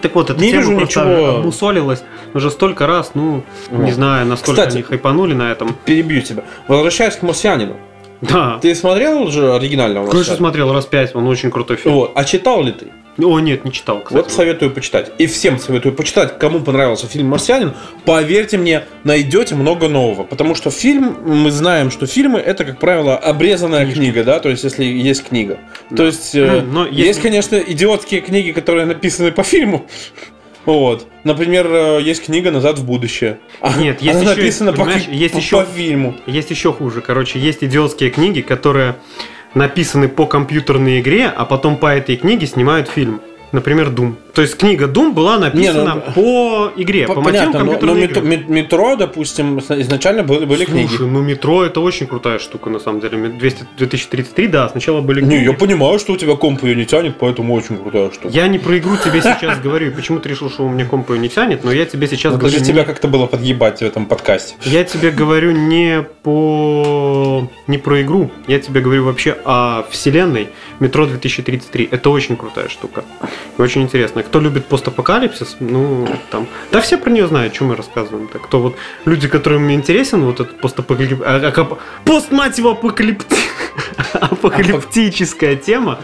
Speaker 4: Так вот, эта
Speaker 2: Не
Speaker 4: тема
Speaker 2: вижу
Speaker 4: просто
Speaker 2: ничего.
Speaker 4: обмусолилась уже столько раз, ну, не
Speaker 2: Вот.
Speaker 4: знаю, насколько
Speaker 2: Кстати.
Speaker 4: они хайпанули на этом.
Speaker 2: Перебью тебя. Возвращаясь к «Марсианину».
Speaker 4: Да.
Speaker 2: Ты смотрел уже оригинального
Speaker 4: Конечно,
Speaker 2: «Марсианина»?
Speaker 4: смотрел раз пять, он очень крутой фильм.
Speaker 2: Вот. А читал ли ты?
Speaker 4: О, нет, не читал, кстати.
Speaker 2: Вот советую почитать. И всем советую почитать, кому понравился фильм «Марсианин». Поверьте мне, найдете много нового. Потому что фильм, мы знаем, что фильмы – это, как правило, обрезанная книга, да? То есть, если есть книга. То есть, э,
Speaker 4: Ну, но если-
Speaker 2: есть, конечно, идиотские книги, которые написаны по фильму. Вот. Например, э, есть книга «Назад в будущее». А-
Speaker 4: Нет, есть
Speaker 2: Она
Speaker 4: еще,
Speaker 2: написана по,
Speaker 4: понимаешь,
Speaker 2: ки-
Speaker 4: есть
Speaker 2: по-
Speaker 4: еще-
Speaker 2: по фильму.
Speaker 4: Есть еще хуже. Короче, есть идиотские книги, которые написаны по компьютерной игре, а потом по этой книге снимают фильм. Например, Doom. То есть книга Doom была написана
Speaker 2: Не, ну,
Speaker 4: по игре, по,
Speaker 2: По-
Speaker 4: мотивам
Speaker 2: Понятно, но, но
Speaker 4: компьютерной
Speaker 2: мет-
Speaker 4: игры.
Speaker 2: мет- метро, допустим, с- изначально были, были
Speaker 4: Слушай,
Speaker 2: книги.
Speaker 4: ну метро это очень крутая штука, на самом деле. 200, 2033, да, сначала были книги.
Speaker 2: Не, я понимаю, что у тебя комп ее не тянет, поэтому очень крутая штука.
Speaker 4: Я не про игру тебе сейчас говорю. и Почему ты решил, что у меня комп её не тянет, но я тебе сейчас
Speaker 2: Ну,
Speaker 4: говорю.
Speaker 2: даже
Speaker 4: не-
Speaker 2: тебя как-то было подъебать в этом подкасте.
Speaker 4: Я тебе говорю не по не про игру, я тебе говорю вообще о вселенной Метро 2033. Это очень крутая штука. И очень интересно. Кто любит постапокалипсис, ну там. Да все про нее знают, о чем мы рассказываем. Так кто вот люди, которым интересен вот этот постапокалип... а- а- пост мать его апокалипти- апокалиптическая тема,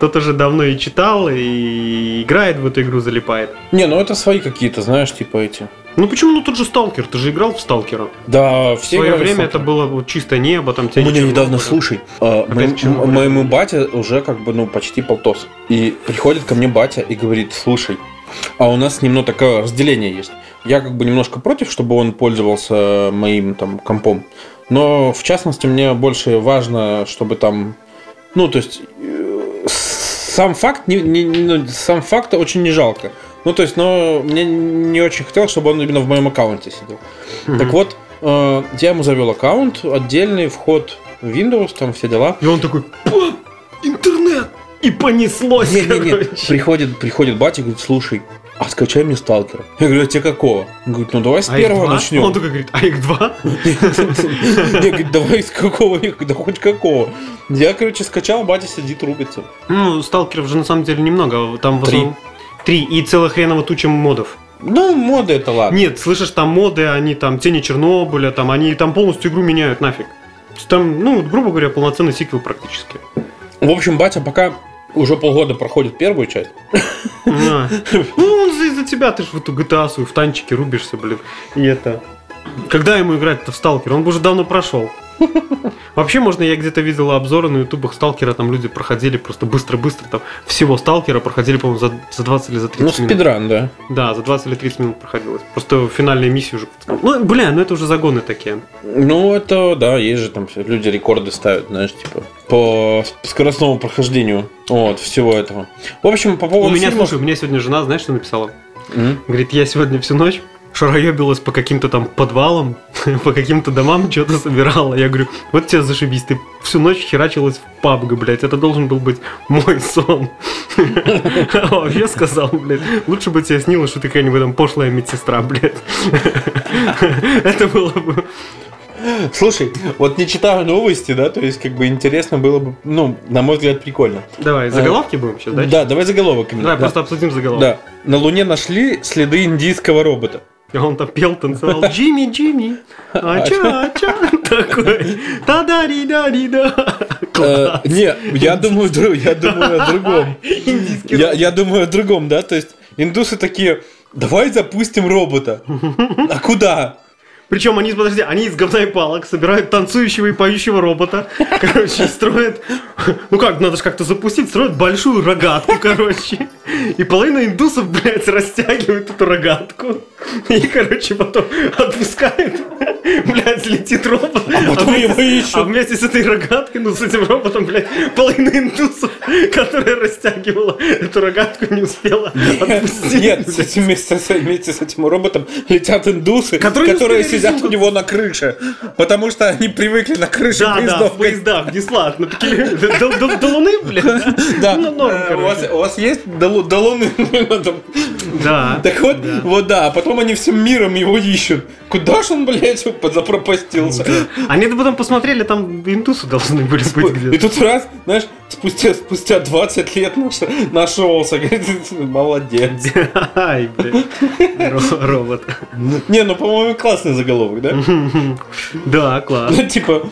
Speaker 4: тот уже давно и читал, и играет в эту игру, залипает.
Speaker 2: Не, ну это свои какие-то, знаешь, типа эти.
Speaker 4: Ну почему ну тут же сталкер? Ты же играл в сталкера.
Speaker 2: Да,
Speaker 4: В
Speaker 2: все
Speaker 4: свое
Speaker 2: играли в
Speaker 4: время
Speaker 2: Сталкера.
Speaker 4: это было вот чисто небо, там
Speaker 2: У
Speaker 4: тебя
Speaker 2: меня
Speaker 4: ничего
Speaker 2: недавно,
Speaker 4: не было.
Speaker 2: слушай, э,
Speaker 4: Опять
Speaker 2: моим-
Speaker 4: Чернобыль.
Speaker 2: м- моему бате уже как бы, ну, почти полтос. И приходит ко мне батя и говорит, слушай, а у нас немного такое разделение есть. Я как бы немножко против, чтобы он пользовался моим там компом. Но, в частности, мне больше важно, чтобы там... Ну, то есть, э, сам факт, не, не- не- ну, сам факт очень не жалко. Ну, то есть, но мне не очень хотелось, чтобы он именно в моем аккаунте сидел. Так вот, э, я ему завел аккаунт, отдельный вход в Windows, там все дела.
Speaker 4: И он такой, «Пап, интернет! И понеслось,
Speaker 2: Не-не-не,
Speaker 4: короче.
Speaker 2: приходит, приходит батя и говорит, слушай, а скачай мне сталкера. Я говорю, а тебе какого? Он говорит, ну давай с
Speaker 4: А их
Speaker 2: первого
Speaker 4: два?
Speaker 2: начнем.
Speaker 4: Он такой говорит, а их два?
Speaker 2: Я говорю, давай с какого, Я говорю, да хоть какого. Я, короче, скачал, батя сидит, рубится.
Speaker 4: Ну, сталкеров же на самом деле немного, а там в
Speaker 2: Три.
Speaker 4: основном... Три. И целая хреново туча модов.
Speaker 2: Ну, мода это ладно.
Speaker 4: Нет, слышишь, там моды, они там тени Чернобыля, там они там полностью игру меняют нафиг. То есть Там, ну, грубо говоря, полноценный сиквел практически.
Speaker 2: В общем, батя пока уже полгода проходит первую часть.
Speaker 4: На. Ну, он за- из-за тебя, ты же в эту GTA свою в танчике рубишься, блин. И это... Когда ему играть-то в Сталкер? Он бы уже давно прошел. Вообще, можно, я где-то видел обзоры на ютубах Сталкера, там люди проходили просто быстро-быстро, там всего Сталкера проходили, по-моему, за, за 20 или за 30
Speaker 2: Ну,
Speaker 4: минут.
Speaker 2: спидран, да.
Speaker 4: Да, за 20 или 30 минут проходилось. Просто финальная миссия уже... Ну, бля, ну это уже загоны такие.
Speaker 2: Ну, это, да, есть же там все- люди рекорды ставят, знаешь, типа, по с- скоростному прохождению вот, всего этого. В общем, по поводу
Speaker 4: У меня,
Speaker 2: фильмов-
Speaker 4: слушай, у меня сегодня жена, знаешь, что написала?
Speaker 2: М?
Speaker 4: Говорит, я сегодня всю ночь шароебилась по каким-то там подвалам, по каким-то домам что-то собирала. Я говорю, вот тебя зашибись, ты всю ночь херачилась в пабг, блядь, это должен был быть мой сон. А он Я сказал, блядь, лучше бы тебе снилось, что ты какая-нибудь там пошлая медсестра, блядь. Это было бы...
Speaker 2: Слушай, вот не читаю новости, да, то есть, как бы интересно было бы, ну, на мой взгляд, прикольно.
Speaker 4: Давай, заголовки будем сейчас, да?
Speaker 2: Да, давай заголовок именно.
Speaker 4: Давай
Speaker 2: Да.
Speaker 4: просто обсудим заголовок.
Speaker 2: Да. На Луне нашли следы индийского робота.
Speaker 4: И он там пел, танцевал. Джимми, Джимми, а ача, ача. Такой. Та-да-ри-да-ри-да.
Speaker 2: Э, не, я думаю, дру- я думаю о другом. Я, я думаю о другом, да, то есть индусы такие, Давай запустим робота. А куда?
Speaker 4: Причем они, подожди, они из говна и палок собирают танцующего и поющего робота, короче, и строят, ну как, надо же как-то запустить, строят большую рогатку, короче, и половина индусов, блядь, растягивает эту рогатку, и, короче, потом отпускает, блядь, летит робот, а
Speaker 2: потом его ищут.
Speaker 4: а вместе с этой рогаткой, ну, с этим роботом, блядь, половина индусов, которая растягивала эту рогатку, не успела отпустить.
Speaker 2: Нет, с этим- вместе, с, вместе с этим роботом летят индусы,
Speaker 4: Которые
Speaker 2: которые,
Speaker 4: успели
Speaker 2: сидят
Speaker 4: резину.
Speaker 2: у него на крыше. Потому что они привыкли на крыше
Speaker 4: Да, да,
Speaker 2: поездов.
Speaker 4: в поездах, бесплатно. Такие, До, до- до Луны, блядь.
Speaker 2: Да.
Speaker 4: Ну, норм,
Speaker 2: Э, у,
Speaker 4: короче.
Speaker 2: вас, у вас есть до, лу- до Луны? Там.
Speaker 4: Да.
Speaker 2: Так вот, вот да, а потом они всем миром его ищут. Куда же он, блядь, запропастился?
Speaker 4: Они это потом посмотрели, там индусы должны были Ну, быть
Speaker 2: И
Speaker 4: где-то.
Speaker 2: тут раз, знаешь, спустя, спустя 20 лет наш- нашелся. Говорит, молодец.
Speaker 4: Ай, блядь. Ро- Робот.
Speaker 2: Не, ну, по-моему, классный заголовок, да?
Speaker 4: Да, класс.
Speaker 2: Ну, типа,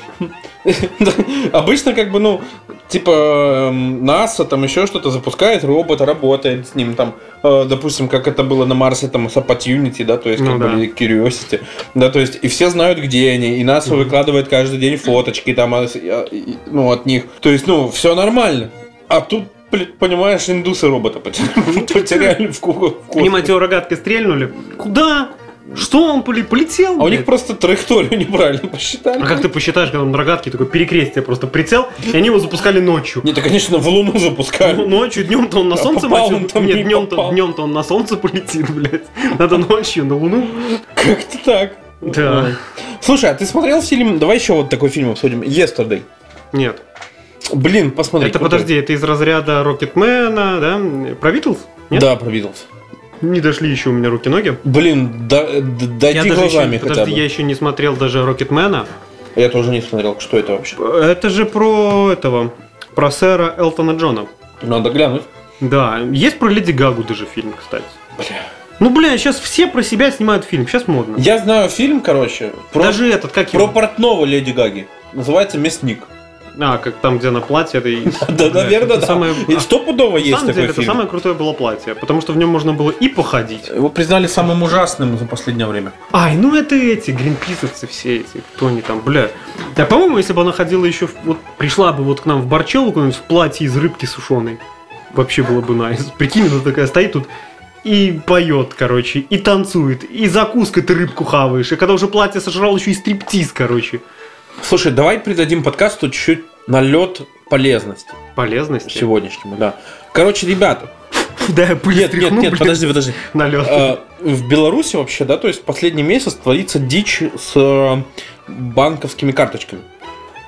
Speaker 2: обычно как бы, ну, типа, эм, НАСА там еще что-то запускает, робот работает с ним, там, э, допустим, как это было на Марсе, там, с Opportunity, да, то есть,
Speaker 4: Ну
Speaker 2: как
Speaker 4: да.
Speaker 2: были Curiosity, да, то есть, и все знают, где они, и НАСА выкладывает каждый день фоточки там, а, с- а, и- ну, от них, то есть, ну, все нормально, а тут блин, Понимаешь, индусы робота потеряли потеряли в ку- в космосе.
Speaker 4: Понимаете, его рогатки стрельнули. Куда? Что он поли- полетел?
Speaker 2: А у
Speaker 4: блядь?
Speaker 2: них просто траекторию неправильно посчитали.
Speaker 4: А как ты посчитаешь, когда он на рогатке такой перекрестие просто прицел, и они его запускали ночью.
Speaker 2: Не, то, конечно, в Луну запускали.
Speaker 4: Ну, Ночью, днем-то он на
Speaker 2: А
Speaker 4: солнце
Speaker 2: попал
Speaker 4: мать,
Speaker 2: он там,
Speaker 4: Нет,
Speaker 2: не
Speaker 4: днем-то
Speaker 2: попал.
Speaker 4: днем он на солнце полетит, блядь. Надо ночью на Луну.
Speaker 2: Как-то так.
Speaker 4: Да.
Speaker 2: Слушай, а ты смотрел фильм? Давай еще вот такой фильм обсудим. Yesterday.
Speaker 4: Нет.
Speaker 2: Блин, посмотри.
Speaker 4: Это
Speaker 2: крутой.
Speaker 4: подожди, это из разряда Рокетмена, да? Про Битлз? Нет?
Speaker 2: Да, провиделся.
Speaker 4: Не дошли еще у меня руки-ноги.
Speaker 2: Блин, да, д- дойди глазами хотя
Speaker 4: еще,
Speaker 2: бы.
Speaker 4: подожди, я еще не смотрел даже Рокетмена.
Speaker 2: Я... тоже не смотрел, что это вообще.
Speaker 4: Это же про этого, про сэра Элтона Джона.
Speaker 2: Надо глянуть.
Speaker 4: Да, есть про Леди Гагу даже фильм, кстати.
Speaker 2: Бля.
Speaker 4: Ну, бля, сейчас все про себя снимают фильм, сейчас модно.
Speaker 2: Я знаю фильм, короче, про,
Speaker 4: Даже этот, как
Speaker 2: про
Speaker 4: его?
Speaker 2: портного Леди Гаги. Называется «Мясник».
Speaker 4: А, как там, где на платье, это и...
Speaker 2: Да, наверное,
Speaker 4: это
Speaker 2: да.
Speaker 4: самое- а,
Speaker 2: И стопудово
Speaker 4: На
Speaker 2: есть
Speaker 4: самом деле,
Speaker 2: такой
Speaker 4: это
Speaker 2: фильм.
Speaker 4: самое крутое было платье, потому что в нем можно было и походить.
Speaker 2: Его признали самым ужасным за последнее время.
Speaker 4: Ай, ну это эти, гринписовцы все эти, кто они там, бля. Да, по-моему, если бы она ходила еще, в- вот пришла бы вот к нам в Борчелу куда-нибудь в платье из рыбки сушеной, вообще было бы найс. Прикинь, она такая стоит тут и поет, короче, и танцует, и закуской ты рыбку хаваешь, и когда уже платье сожрал, еще и стриптиз, короче.
Speaker 2: Слушай, давай придадим подкасту чуть-чуть налет полезности
Speaker 4: Полезность.
Speaker 2: сегодняшнему, да. Короче, ребята,
Speaker 4: Да, я пыль
Speaker 2: нет, нет,
Speaker 4: стряхну,
Speaker 2: нет,
Speaker 4: блин,
Speaker 2: подожди, подожди.
Speaker 4: на лёд.
Speaker 2: Э, В Беларуси вообще, да, то есть последний месяц творится дичь с э, банковскими карточками.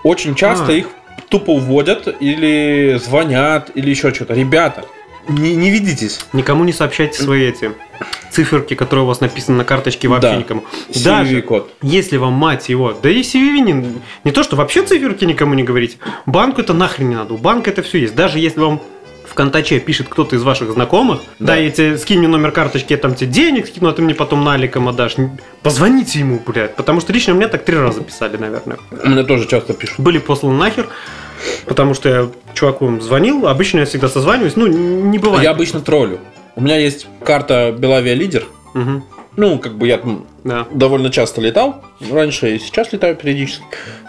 Speaker 2: Очень часто
Speaker 4: А.
Speaker 2: их тупо уводят или звонят, или еще что-то. Ребята, не, не ведитесь.
Speaker 4: Никому не сообщайте свои эти циферки, которые у вас написаны на карточке, вообще
Speaker 2: Да.
Speaker 4: никому.
Speaker 2: CVV код.
Speaker 4: Если вам мать его, да и CVV не, не то, что вообще циферки никому не говорите, банку это нахрен не надо, у банка это все есть. Даже если вам в контаче пишет кто-то из ваших знакомых, да,
Speaker 2: Да.
Speaker 4: я тебе скинь мне номер карточки, я там тебе денег скину, а ты мне потом наликом отдашь. Н- Позвоните ему, блядь, потому что лично мне так три раза писали, наверное.
Speaker 2: Мне тоже часто пишут.
Speaker 4: Были посланы нахер, потому что я чуваку им звонил, обычно я всегда созваниваюсь, ну, не бывает.
Speaker 2: Я обычно троллю. У меня есть карта Белавия Лидер.
Speaker 4: Мгм,
Speaker 2: Ну, как бы я там
Speaker 4: да.
Speaker 2: довольно часто летал. Раньше и сейчас летаю периодически.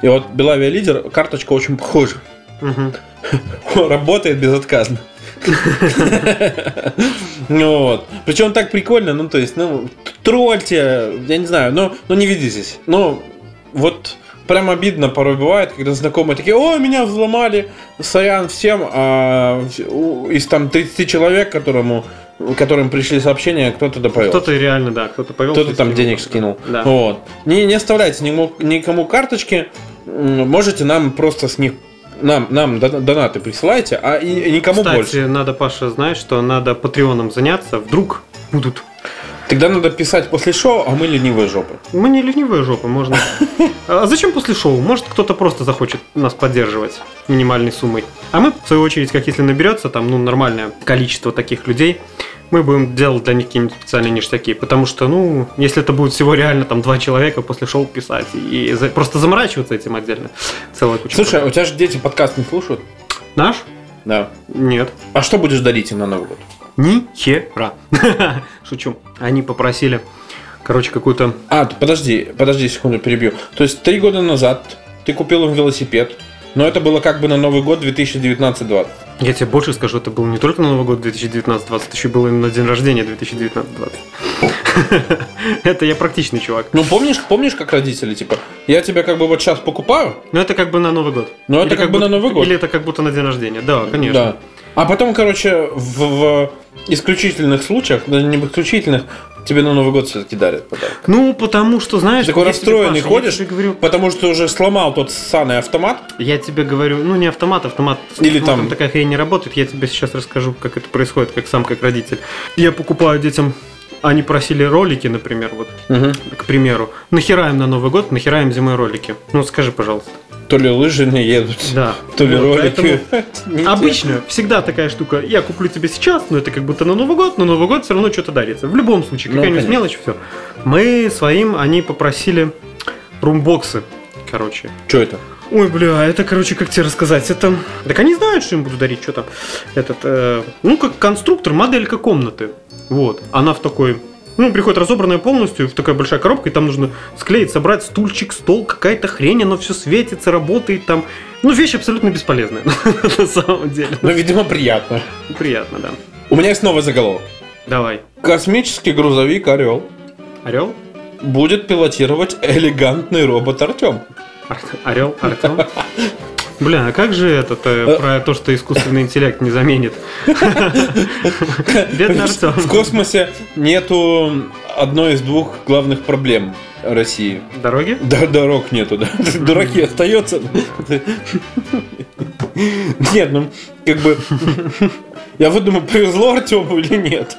Speaker 2: И вот Белавия Лидер, карточка очень похожа.
Speaker 4: Мгм.
Speaker 2: Работает безотказно. Ну вот. Причем так прикольно, ну то есть, ну, тролльте, я не знаю, но, но не ведитесь. Ну, вот прям обидно порой бывает, когда знакомые такие, о, меня взломали, сорян всем, а у- из там 30 человек, которому, которым пришли сообщения, кто-то допоел.
Speaker 4: Кто-то и реально, да, кто-то повел.
Speaker 2: Кто-то там денег скинул. Ну,
Speaker 4: Да.
Speaker 2: Вот. Не, не оставляйте никому, никому карточки. М, Можете нам просто с них нам, нам дон- донаты присылайте, а и, и никому
Speaker 4: Кстати,
Speaker 2: больше.
Speaker 4: надо, Паша, знать, что надо патреоном заняться, вдруг будут.
Speaker 2: Тогда надо писать после шоу, а мы ленивые жопы.
Speaker 4: Мы не ленивая жопа, можно. А зачем после шоу? Может, кто-то просто захочет нас поддерживать минимальной суммой. А мы, в свою очередь, как если наберется там, ну, нормальное количество таких людей, мы будем делать для них какие-нибудь специальные ништяки. Потому что, ну, если это будет всего реально там два человека после шоу писать и за- просто заморачиваться этим отдельно. Целая куча.
Speaker 2: Слушай, а у тебя же дети подкаст не слушают?
Speaker 4: Наш?
Speaker 2: Да.
Speaker 4: Нет.
Speaker 2: А что будешь дарить им на Новый год?
Speaker 4: Ни хера. Шучу. Они попросили, короче, какую-то...
Speaker 2: А, ты подожди, подожди секунду, перебью. То есть три года назад ты купил им велосипед, но это было как бы на Новый год 2019-2020.
Speaker 4: Я тебе больше скажу, это был не только на Новый год 2019-20, еще было и на день рождения 2019-20. Это я практичный чувак.
Speaker 2: Ну помнишь, помнишь, как родители, типа, я тебя как бы вот сейчас покупаю,
Speaker 4: Но это как бы на Новый год.
Speaker 2: Ну, это
Speaker 4: Или
Speaker 2: как бы на
Speaker 4: будто-
Speaker 2: Новый год.
Speaker 4: Или это как будто на день рождения. Да, конечно.
Speaker 2: да. А потом, короче, в, в исключительных случаях, даже не в исключительных, тебе на Новый год все-таки дарят подарок.
Speaker 4: Ну, потому что, знаешь...
Speaker 2: Ты такой
Speaker 4: я тебе,
Speaker 2: расстроенный
Speaker 4: Паша,
Speaker 2: ходишь,
Speaker 4: Я тебе, говорю,
Speaker 2: потому что ты уже сломал тот ссаный автомат,
Speaker 4: я тебе говорю, ну не автомат, автомат. с
Speaker 2: Или
Speaker 4: автоматом
Speaker 2: там-
Speaker 4: такая хрень не работает. Я тебе сейчас расскажу, как это происходит, как сам, как родитель. Я покупаю детям... Они просили ролики, например, вот, к примеру. Нахераем на Новый год, нахераем зимой ролики. Ну, скажи, пожалуйста.
Speaker 2: то ли лыжи не едут,
Speaker 4: Да.
Speaker 2: то ли
Speaker 4: Вот,
Speaker 2: ролики. Не те.
Speaker 4: Обычно всегда такая штука. Я куплю тебе сейчас, но это как будто на Новый год, но Новый год все равно что-то дарится. В любом случае,
Speaker 2: Ну,
Speaker 4: какая-нибудь
Speaker 2: конечно.
Speaker 4: мелочь, все. Мы своим, они попросили румбоксы, короче.
Speaker 2: Что это?
Speaker 4: Ой, бля, это, короче, как тебе рассказать, это... Так они знают, что им буду дарить, что там. Этот, э, ну, как конструктор, моделька комнаты. Вот, она в такой... Ну, приходит разобранная полностью, в такая большая коробка, и там нужно склеить, собрать стульчик, стол, какая-то хрень, оно все светится, работает там. Ну, вещь абсолютно бесполезная, на самом деле.
Speaker 2: Ну, видимо, приятно.
Speaker 4: Приятно, да.
Speaker 2: У меня есть новый заголовок.
Speaker 4: Давай.
Speaker 2: Космический грузовик Орел
Speaker 4: Орел?
Speaker 2: будет пилотировать элегантный робот Артем.
Speaker 4: Орел? Артем? Бля, а как же этот э, про то, что искусственный интеллект не заменит? Бедный Артем.
Speaker 2: В космосе нету одной из двух главных проблем России.
Speaker 4: Дороги?
Speaker 2: Да, дорог нету, да. Дураки остается. Нет, ну, как бы... Я вот думаю, повезло Артему или нет.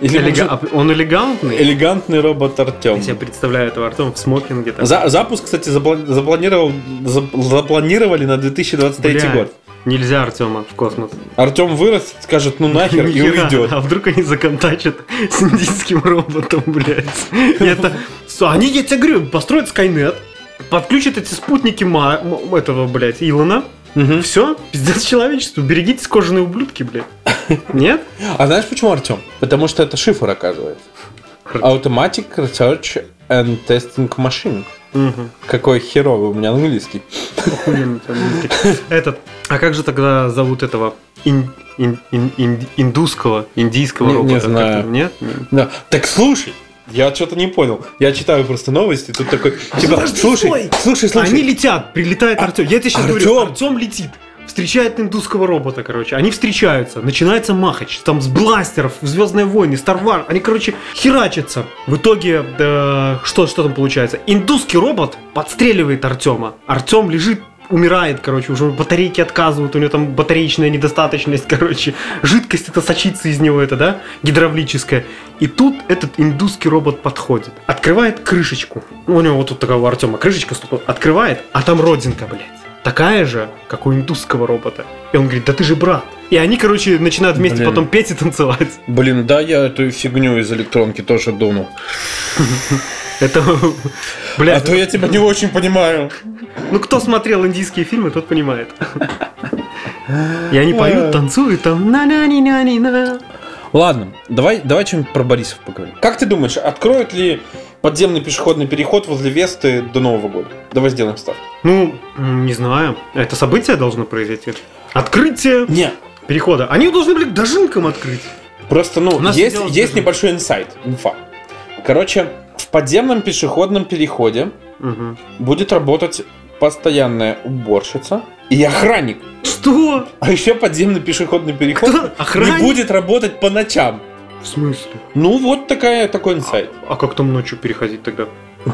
Speaker 2: Или
Speaker 4: Элега-
Speaker 2: может,
Speaker 4: а Он элегантный?
Speaker 2: элегантный робот Артем.
Speaker 4: Я себе представляю этого Артема в смокинге. так.
Speaker 2: За- запуск, кстати, запла- запланировал, зап- запланировали на 2023
Speaker 4: Бля,
Speaker 2: год.
Speaker 4: Нельзя Артема в космос.
Speaker 2: Артем вырос, скажет, ну нахер, и
Speaker 4: Нихера.
Speaker 2: уйдет.
Speaker 4: А вдруг они законтачат с индийским роботом, блядь. И Это... С- Они, я тебе говорю, построят Скайнет, подключат эти спутники Ма- М- этого, блядь, Илона.
Speaker 2: Мгм.
Speaker 4: Все, пиздец человечеству, берегитесь кожаные ублюдки, блядь. Нет?
Speaker 2: А знаешь почему Артем? Потому что это шифр, оказывается. Automatic Research and Testing Machine.
Speaker 4: Мгм.
Speaker 2: Какой херовый у меня английский.
Speaker 4: Охуенно у тебя ублюдки. Этот. А как же тогда зовут этого ин- ин- ин- ин- индусского, индийского
Speaker 2: Не- не
Speaker 4: робота? Как
Speaker 2: знаю.
Speaker 4: там, Нет?
Speaker 2: Да. Так слушай, я что-то не понял. Я читаю просто новости, тут такой, типа,
Speaker 4: А Подожди,
Speaker 2: слушай,
Speaker 4: стой!
Speaker 2: слушай, слушай.
Speaker 4: Они летят, прилетает Артем. Я тебе сейчас говорю,
Speaker 2: Артём!
Speaker 4: Артем летит. Встречает индусского робота, короче. Они встречаются. Начинается махач. Там с бластеров, Звездные войны, Старвар. Они, короче, херачатся. В итоге, да, что, что там получается? Индусский робот подстреливает Артема. Артем лежит умирает, короче, уже батарейки отказывают, у него там батареечная недостаточность, короче, жидкость это сочится из него, это, да, гидравлическая. И тут этот индусский робот подходит, открывает крышечку. Ну, у него вот тут такая у Артема крышечка, ступа- открывает, а там родинка, блядь. Такая же, как у индусского робота. И он говорит, да ты же брат. И они, короче, начинают вместе
Speaker 2: Блин.
Speaker 4: потом петь и танцевать.
Speaker 2: Блин, да, я эту фигню из электронки тоже думал.
Speaker 4: Это,
Speaker 2: А
Speaker 4: блядь,
Speaker 2: то я тебя не очень понимаю.
Speaker 4: ну кто смотрел индийские фильмы, тот понимает. И они поют, танцуют там на на ни на ни на
Speaker 2: Ладно, давай, давай чем-нибудь про Борисов поговорим. Как ты думаешь, откроют ли подземный пешеходный переход возле Весты до Нового года? Давай сделаем ставку.
Speaker 4: Ну, м, не знаю. Это событие должно произойти. Открытие
Speaker 2: Не,
Speaker 4: перехода. Они должны, блин, дожинком открыть.
Speaker 2: Просто, ну,
Speaker 4: У нас
Speaker 2: есть,
Speaker 4: сидела
Speaker 2: есть
Speaker 4: скажи.
Speaker 2: небольшой инсайт, инфа. Короче, в подземном пешеходном переходе
Speaker 4: Мгм.
Speaker 2: будет работать постоянная уборщица и охранник.
Speaker 4: Что?
Speaker 2: А еще подземный пешеходный переход
Speaker 4: Кто? Охранник?
Speaker 2: не будет работать по ночам.
Speaker 4: В смысле?
Speaker 2: Ну, вот такая, такой инсайт.
Speaker 4: А как там ночью переходить тогда?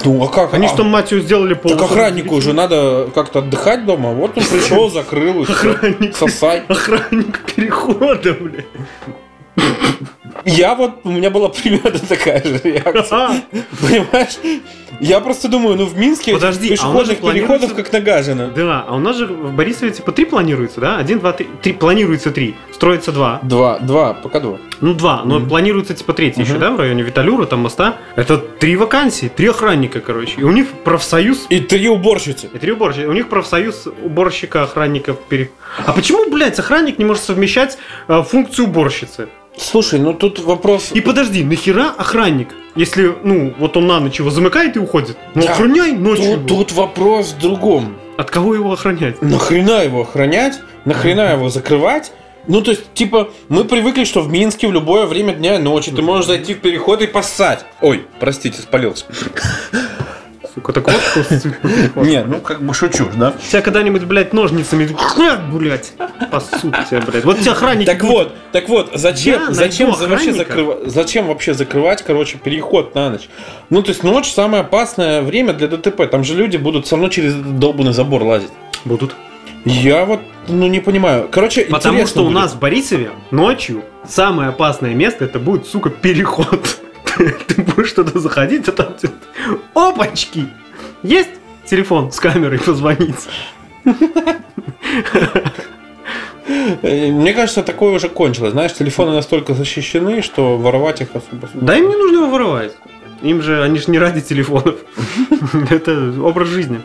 Speaker 2: Ну, а как?
Speaker 4: Они
Speaker 2: а,
Speaker 4: что, мать её, сделали пол...
Speaker 2: так охраннику уже надо как-то отдыхать дома. Вот он пришел, закрыл и всё.
Speaker 4: Охранник.
Speaker 2: Сосай.
Speaker 4: Охранник перехода, блин.
Speaker 2: Я вот, у меня была примерно такая же реакция.
Speaker 4: А,
Speaker 2: Понимаешь? Я просто думаю, ну в Минске этих
Speaker 4: Подожди, а у нас же
Speaker 2: пешеходных переходов
Speaker 4: планируется-
Speaker 2: как на Гажино.
Speaker 4: Да, а у нас же в Борисове типа три планируется, да? Один, два, три. Три планируется три. Строится два.
Speaker 2: Два, два, пока два.
Speaker 4: Ну, два, но
Speaker 2: Мгм.
Speaker 4: планируется типа третий еще,
Speaker 2: Мгм.
Speaker 4: да, в районе Виталюра, там моста. Это три вакансии, три охранника, короче. И у них профсоюз
Speaker 2: И три уборщицы.
Speaker 4: И три уборщика. У них профсоюз уборщика, охранников. пере- А почему, блядь, охранник не может совмещать э, функцию уборщицы?
Speaker 2: Слушай, ну тут вопрос...
Speaker 4: И подожди, нахера охранник? Если, ну, вот он на ночь его замыкает и уходит. Ну,
Speaker 2: Да.
Speaker 4: охраняй ночью. его.
Speaker 2: Тут, тут Ну, вопрос в другом.
Speaker 4: От кого его охранять?
Speaker 2: Нахрена его охранять? Нахрена его закрывать? Ну, то есть, типа, мы привыкли, что в Минске в любое время дня и ночи ты можешь зайти в переход и поссать. Ой, простите, спалился.
Speaker 4: Сука, так вот кто сыпь.
Speaker 2: Не, ну как бы шучу, да?
Speaker 4: Тебя когда-нибудь, блядь, ножницами, «Ха, блядь, пасут тебя, блядь. Вот тебя охранники
Speaker 2: Так вот, так вот,
Speaker 4: Я
Speaker 2: зачем,
Speaker 4: найду
Speaker 2: зачем, за- вообще
Speaker 4: охранника.
Speaker 2: закрыва- зачем вообще закрывать, короче, переход на ночь? Ну, то есть ночь самое опасное время для ДТП. Там же люди будут со мной через этот долбанный забор лазить.
Speaker 4: будут.
Speaker 2: Я вот, ну, не понимаю. Короче,
Speaker 4: Потому
Speaker 2: интересно
Speaker 4: что у
Speaker 2: будет.
Speaker 4: нас в Борисове ночью самое опасное место это будет, сука, переход. Ты будешь туда заходить, а там тебе- Опачки! Есть телефон с камерой позвонить?
Speaker 2: Э, Мне кажется, такое уже кончилось. Знаешь, телефоны настолько защищены, что воровать их особо...
Speaker 4: Да им не нужно его воровать. Им же, они же не ради телефонов. Это образ жизни.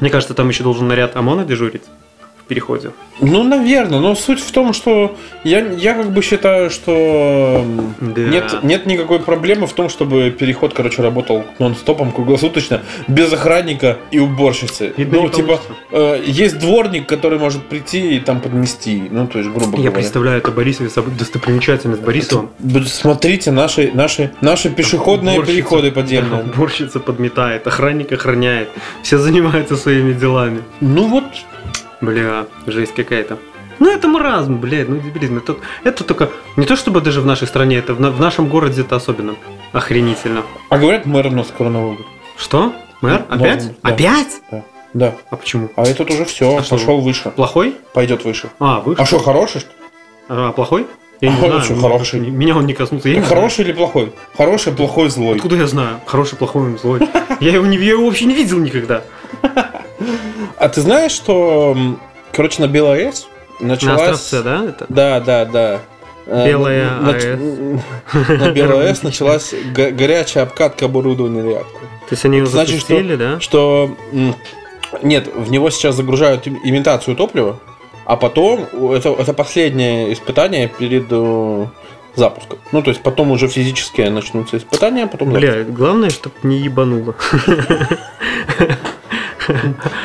Speaker 4: Мне кажется, там еще должен наряд ОМОНа дежурить в переходе.
Speaker 2: Ну, наверное, но суть в том, что я, я как бы считаю, что м,
Speaker 4: Да.
Speaker 2: нет, нет никакой проблемы в том, чтобы переход, короче, работал нон-стопом круглосуточно, без охранника и уборщицы.
Speaker 4: Видно,
Speaker 2: ну,
Speaker 4: не
Speaker 2: типа,
Speaker 4: получится.
Speaker 2: э, есть дворник, который может прийти и там поднести, ну, то есть, грубо
Speaker 4: Я
Speaker 2: говоря.
Speaker 4: представляю это Борисове, собой- достопримечательность Борисова.
Speaker 2: Б- Смотрите, наши, наши, наши пешеходные
Speaker 4: Уборщица.
Speaker 2: переходы подземные.
Speaker 4: Уборщица подметает, охранник охраняет. Все занимаются своими делами.
Speaker 2: Ну вот,
Speaker 4: Бля, жесть какая-то. Ну это маразм, блядь, ну дебилизм. Это, это только, не то чтобы даже в нашей стране, это в, на- в нашем городе это особенно охренительно.
Speaker 2: а говорят, мэр у нас скоро Новый год.
Speaker 4: Что? Мэр?
Speaker 2: Ну,
Speaker 4: Опять?
Speaker 2: да.
Speaker 4: Опять?
Speaker 2: Да.
Speaker 4: А почему?
Speaker 2: А этот уже все,
Speaker 4: А что?
Speaker 2: пошел выше.
Speaker 4: Плохой?
Speaker 2: Пойдет выше.
Speaker 4: А, вы?
Speaker 2: А что, хороший? что ли?
Speaker 4: А, плохой? Я
Speaker 2: А,
Speaker 4: не
Speaker 2: он
Speaker 4: знаю.
Speaker 2: что,
Speaker 4: ну,
Speaker 2: хороший?
Speaker 4: не- Меня он не коснулся. Я не знаю.
Speaker 2: Хороший или плохой? Хороший, плохой, злой.
Speaker 4: Откуда я знаю? Хороший, плохой, он злой. Я его, не, я его вообще не видел никогда.
Speaker 2: А ты знаешь, что, м, короче, на Белой АЭС
Speaker 4: На
Speaker 2: началась...
Speaker 4: островце, да? Это?
Speaker 2: Да, да, да. Э,
Speaker 4: Белая
Speaker 2: на-
Speaker 4: АЭС.
Speaker 2: На Белой АЭС началась го- горячая обкатка оборудования реактора.
Speaker 4: То есть они его
Speaker 2: Значит, что-
Speaker 4: запустили, да?
Speaker 2: Что... м, Нет, в него сейчас загружают им- имитацию топлива, а потом... у- Это, это последнее испытание перед э, запуском. Ну, то есть потом уже физические начнутся испытания, а потом... запуск.
Speaker 4: Бля, главное, чтоб не ебануло.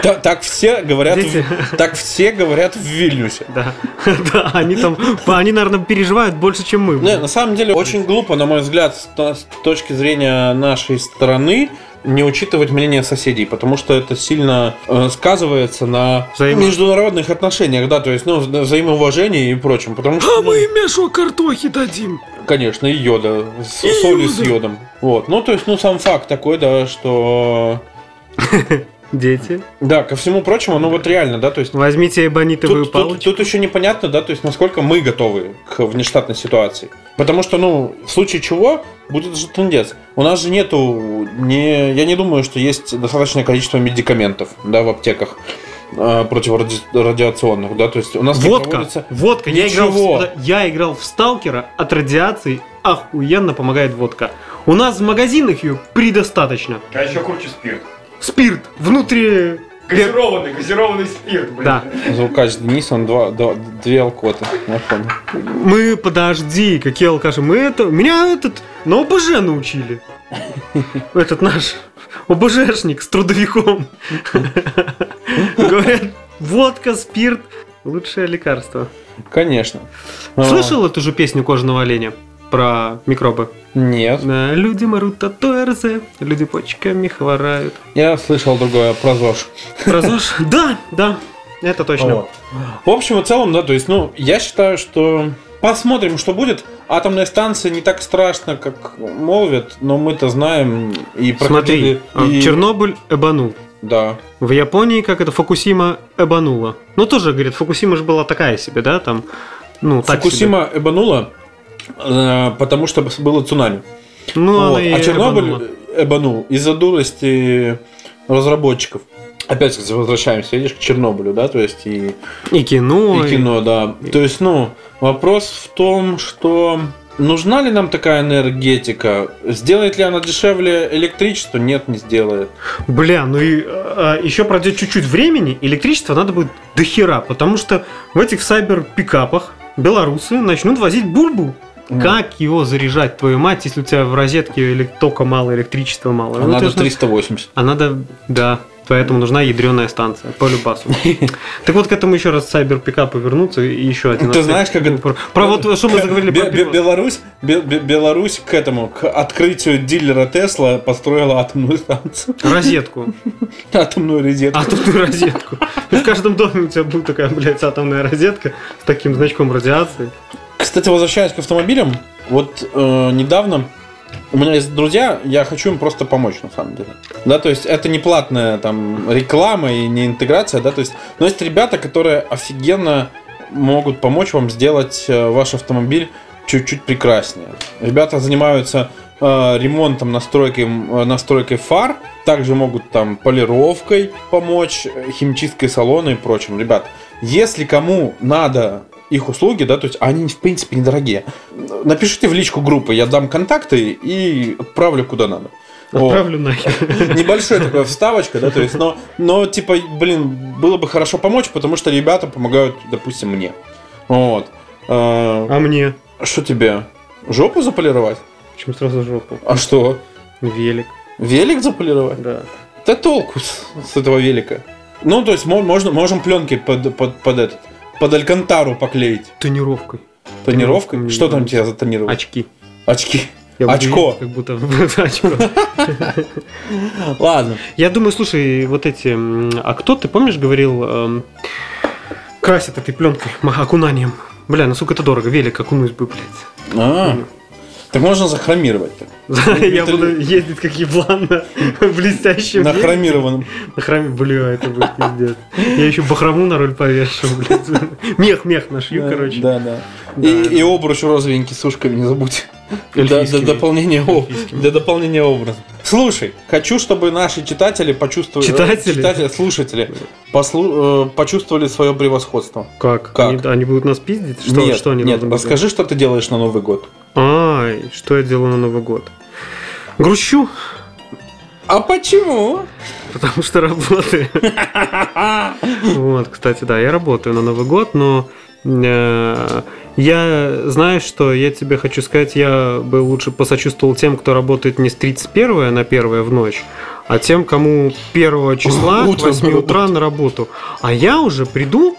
Speaker 2: Та- так все говорят... в-
Speaker 4: Дети.
Speaker 2: Так все говорят в Вильнюсе.
Speaker 4: Да. Да, они там, они, наверное, переживают больше, чем мы.
Speaker 2: Не, на самом деле очень глупо, на мой взгляд, с, то- с точки зрения нашей страны не учитывать мнение соседей, потому что это сильно э, сказывается на
Speaker 4: Взаимо-
Speaker 2: международных отношениях, да, то есть, ну, вза- взаимоуважении и прочем, потому
Speaker 4: А
Speaker 2: что, ну,
Speaker 4: Мешу картохи дадим.
Speaker 2: конечно, и йода, с, солью с йодом, вот, ну, то есть, ну, сам факт такой, да, что,
Speaker 4: Дети,
Speaker 2: да, ко всему прочему, ну, вот реально, да, то есть,
Speaker 4: возьмите эбонитовую
Speaker 2: Тут, тут,
Speaker 4: палочку.
Speaker 2: тут еще непонятно, да, то есть насколько мы готовы к внештатной ситуации. Потому что, ну, в случае чего будет же трындец. У нас же нету, не, я не думаю, что есть достаточное количество медикаментов, да, в аптеках э, противорадиационных, да, то есть у нас не
Speaker 4: Водка,
Speaker 2: проводится-
Speaker 4: водка. Я играл,
Speaker 2: Ничего.
Speaker 4: в, я играл в Сталкера от радиации. Охуенно помогает водка. У нас в магазинах ее предостаточно.
Speaker 3: А еще круче спирт.
Speaker 4: Спирт внутри.
Speaker 3: Газированный, газированный спирт, блин.
Speaker 4: Да.
Speaker 2: Звукач Денис, он два, два- две алкоты. Я понял.
Speaker 4: Мы подожди, какие алкаши. Мы это. Меня этот на ОБЖ научили. Этот наш ОБЖшник с трудовиком. Говорят, водка, спирт. Лучшее лекарство.
Speaker 2: Конечно. А,
Speaker 4: Слышал эту же песню кожаного оленя? Про микробы.
Speaker 2: Нет.
Speaker 4: Да, Люди мрут от ОРЗ, люди почками хворают.
Speaker 2: Я слышал другое про ЗОЖ.
Speaker 4: Про ЗОЖ? Да, да, это точно.
Speaker 2: Вот. В общем и целом, да, то есть, ну, я считаю, что посмотрим, что будет. Атомная станция не так страшно, как молвят, но мы-то знаем и
Speaker 4: Смотри,
Speaker 2: проходили...
Speaker 4: а,
Speaker 2: и...
Speaker 4: Чернобыль эбанул.
Speaker 2: Да.
Speaker 4: В Японии, как это, Фукусима эбанула. Ну, тоже, говорит, Фукусима же была такая себе, да, там, ну, так
Speaker 2: Фукусима эбанула, э, потому что было цунами.
Speaker 4: себе. Ну, она
Speaker 2: Вот.
Speaker 4: и
Speaker 2: А
Speaker 4: эбанула.
Speaker 2: Чернобыль эбанул из-за дурости разработчиков. Опять кстати, возвращаемся, видишь, к Чернобылю, да, то есть и
Speaker 4: И кино.
Speaker 2: И кино, да. То есть, ну, вопрос в том, что нужна ли нам такая энергетика? Сделает ли она дешевле электричество? Нет, не сделает.
Speaker 4: Бля, ну и еще пройдет чуть-чуть времени, электричество надо будет до хера, потому что в этих сайбер-пикапах белорусы начнут возить бульбу. Как его заряжать, твою мать, если у тебя в розетке эле- тока мало, электричества мало?
Speaker 2: А
Speaker 4: Ну,
Speaker 2: надо
Speaker 4: ты ж на-
Speaker 2: 380.
Speaker 4: А надо, да, поэтому нужна ядреная станция по любасу. Так вот, к этому еще раз сайбер-пикапу вернуться и еще
Speaker 2: Ты
Speaker 4: один. аспект.
Speaker 2: знаешь, как это-
Speaker 4: Про- Про А вот, что мы заговорили
Speaker 2: Бе-
Speaker 4: про
Speaker 2: Бе-
Speaker 4: пилот.
Speaker 2: Беларусь, Бе- Бе- Беларусь к этому, к открытию дилера Тесла построила атомную станцию.
Speaker 4: Розетку.
Speaker 2: Атомную розетку.
Speaker 4: А тут ты розетку. И в каждом доме у тебя будет такая, блядь, атомная розетка с таким значком радиации.
Speaker 2: Кстати, возвращаясь к автомобилям, вот э, недавно у меня есть друзья, я хочу им просто помочь, на самом деле. Да, то есть это не платная там реклама и не интеграция, да, то есть, но есть ребята, которые офигенно могут помочь вам сделать э, ваш автомобиль чуть-чуть прекраснее. Ребята занимаются э, ремонтом, настройкой, м, э, настройкой фар, также могут там полировкой помочь, э, химчисткой салона и прочим. Ребят, если кому надо их услуги, да, то есть они, в принципе, недорогие. Напишите в личку группы, я дам контакты и отправлю куда надо. Вот.
Speaker 4: Отправлю нахер.
Speaker 2: Небольшая такая вставочка, да, то есть, но, но, типа, блин, было бы хорошо помочь, потому что ребята помогают, допустим, мне. Вот. Э,
Speaker 4: А мне?
Speaker 2: Что тебе? Жопу заполировать?
Speaker 4: Почему сразу жопу?
Speaker 2: А что?
Speaker 4: Велик,
Speaker 2: Велик заполировать?
Speaker 4: да.
Speaker 2: Да толку с, с этого велика. Ну, то есть, мо- можно, можем пленкой под, под, под этот, под алькантару поклеить.
Speaker 4: Тонировкой.
Speaker 2: Тонировкой?
Speaker 4: Тонировку
Speaker 2: Что там
Speaker 4: мне-
Speaker 2: тебя затонировать?
Speaker 4: Очки.
Speaker 2: Очки.
Speaker 4: Я буду
Speaker 2: Очко.
Speaker 4: ездить, Как будто очко.
Speaker 2: Ладно.
Speaker 4: Я думаю, слушай, вот эти... м, А кто, ты помнишь, говорил, эм, красят этой пленкой, м, окунанием? Бля, насколько это дорого, велик окунусь бы, блядь.
Speaker 2: А, так можно захромировать. так.
Speaker 4: Я буду ездить как еблан на блестящем
Speaker 2: На
Speaker 4: велике.
Speaker 2: хромированном.
Speaker 4: На храме, бля, это будет пиздец. Я еще бахрому на роль повешу, блядь. Мех, мех нашью,
Speaker 2: Да,
Speaker 4: короче.
Speaker 2: Да, да.
Speaker 4: Да,
Speaker 2: и,
Speaker 4: да.
Speaker 2: и обруч розовенький с ушками не забудь. Для, для
Speaker 4: Эльфийскими.
Speaker 2: дополнения, о- для дополнения образа. Слушай, хочу, чтобы наши читатели почувствовали...
Speaker 4: Читатели?
Speaker 2: Читатели, слушатели послу- э, почувствовали свое превосходство.
Speaker 4: Как?
Speaker 2: Как?
Speaker 4: Они, они будут нас пиздить? Что,
Speaker 2: нет,
Speaker 4: что они
Speaker 2: нет,
Speaker 4: должны будут
Speaker 2: расскажи, что ты делаешь на Новый год.
Speaker 4: делать? Ай, что я делаю на Новый год? Грущу,
Speaker 2: А почему?
Speaker 4: потому что работаю. Вот, кстати, да, я работаю на Новый год, но э, я знаю, что я тебе хочу сказать, я бы лучше посочувствовал тем, кто работает не с 31 на 1 в ночь, а тем, кому 1 числа к
Speaker 2: Утром
Speaker 4: 8
Speaker 2: на
Speaker 4: утра на работу. А я уже приду,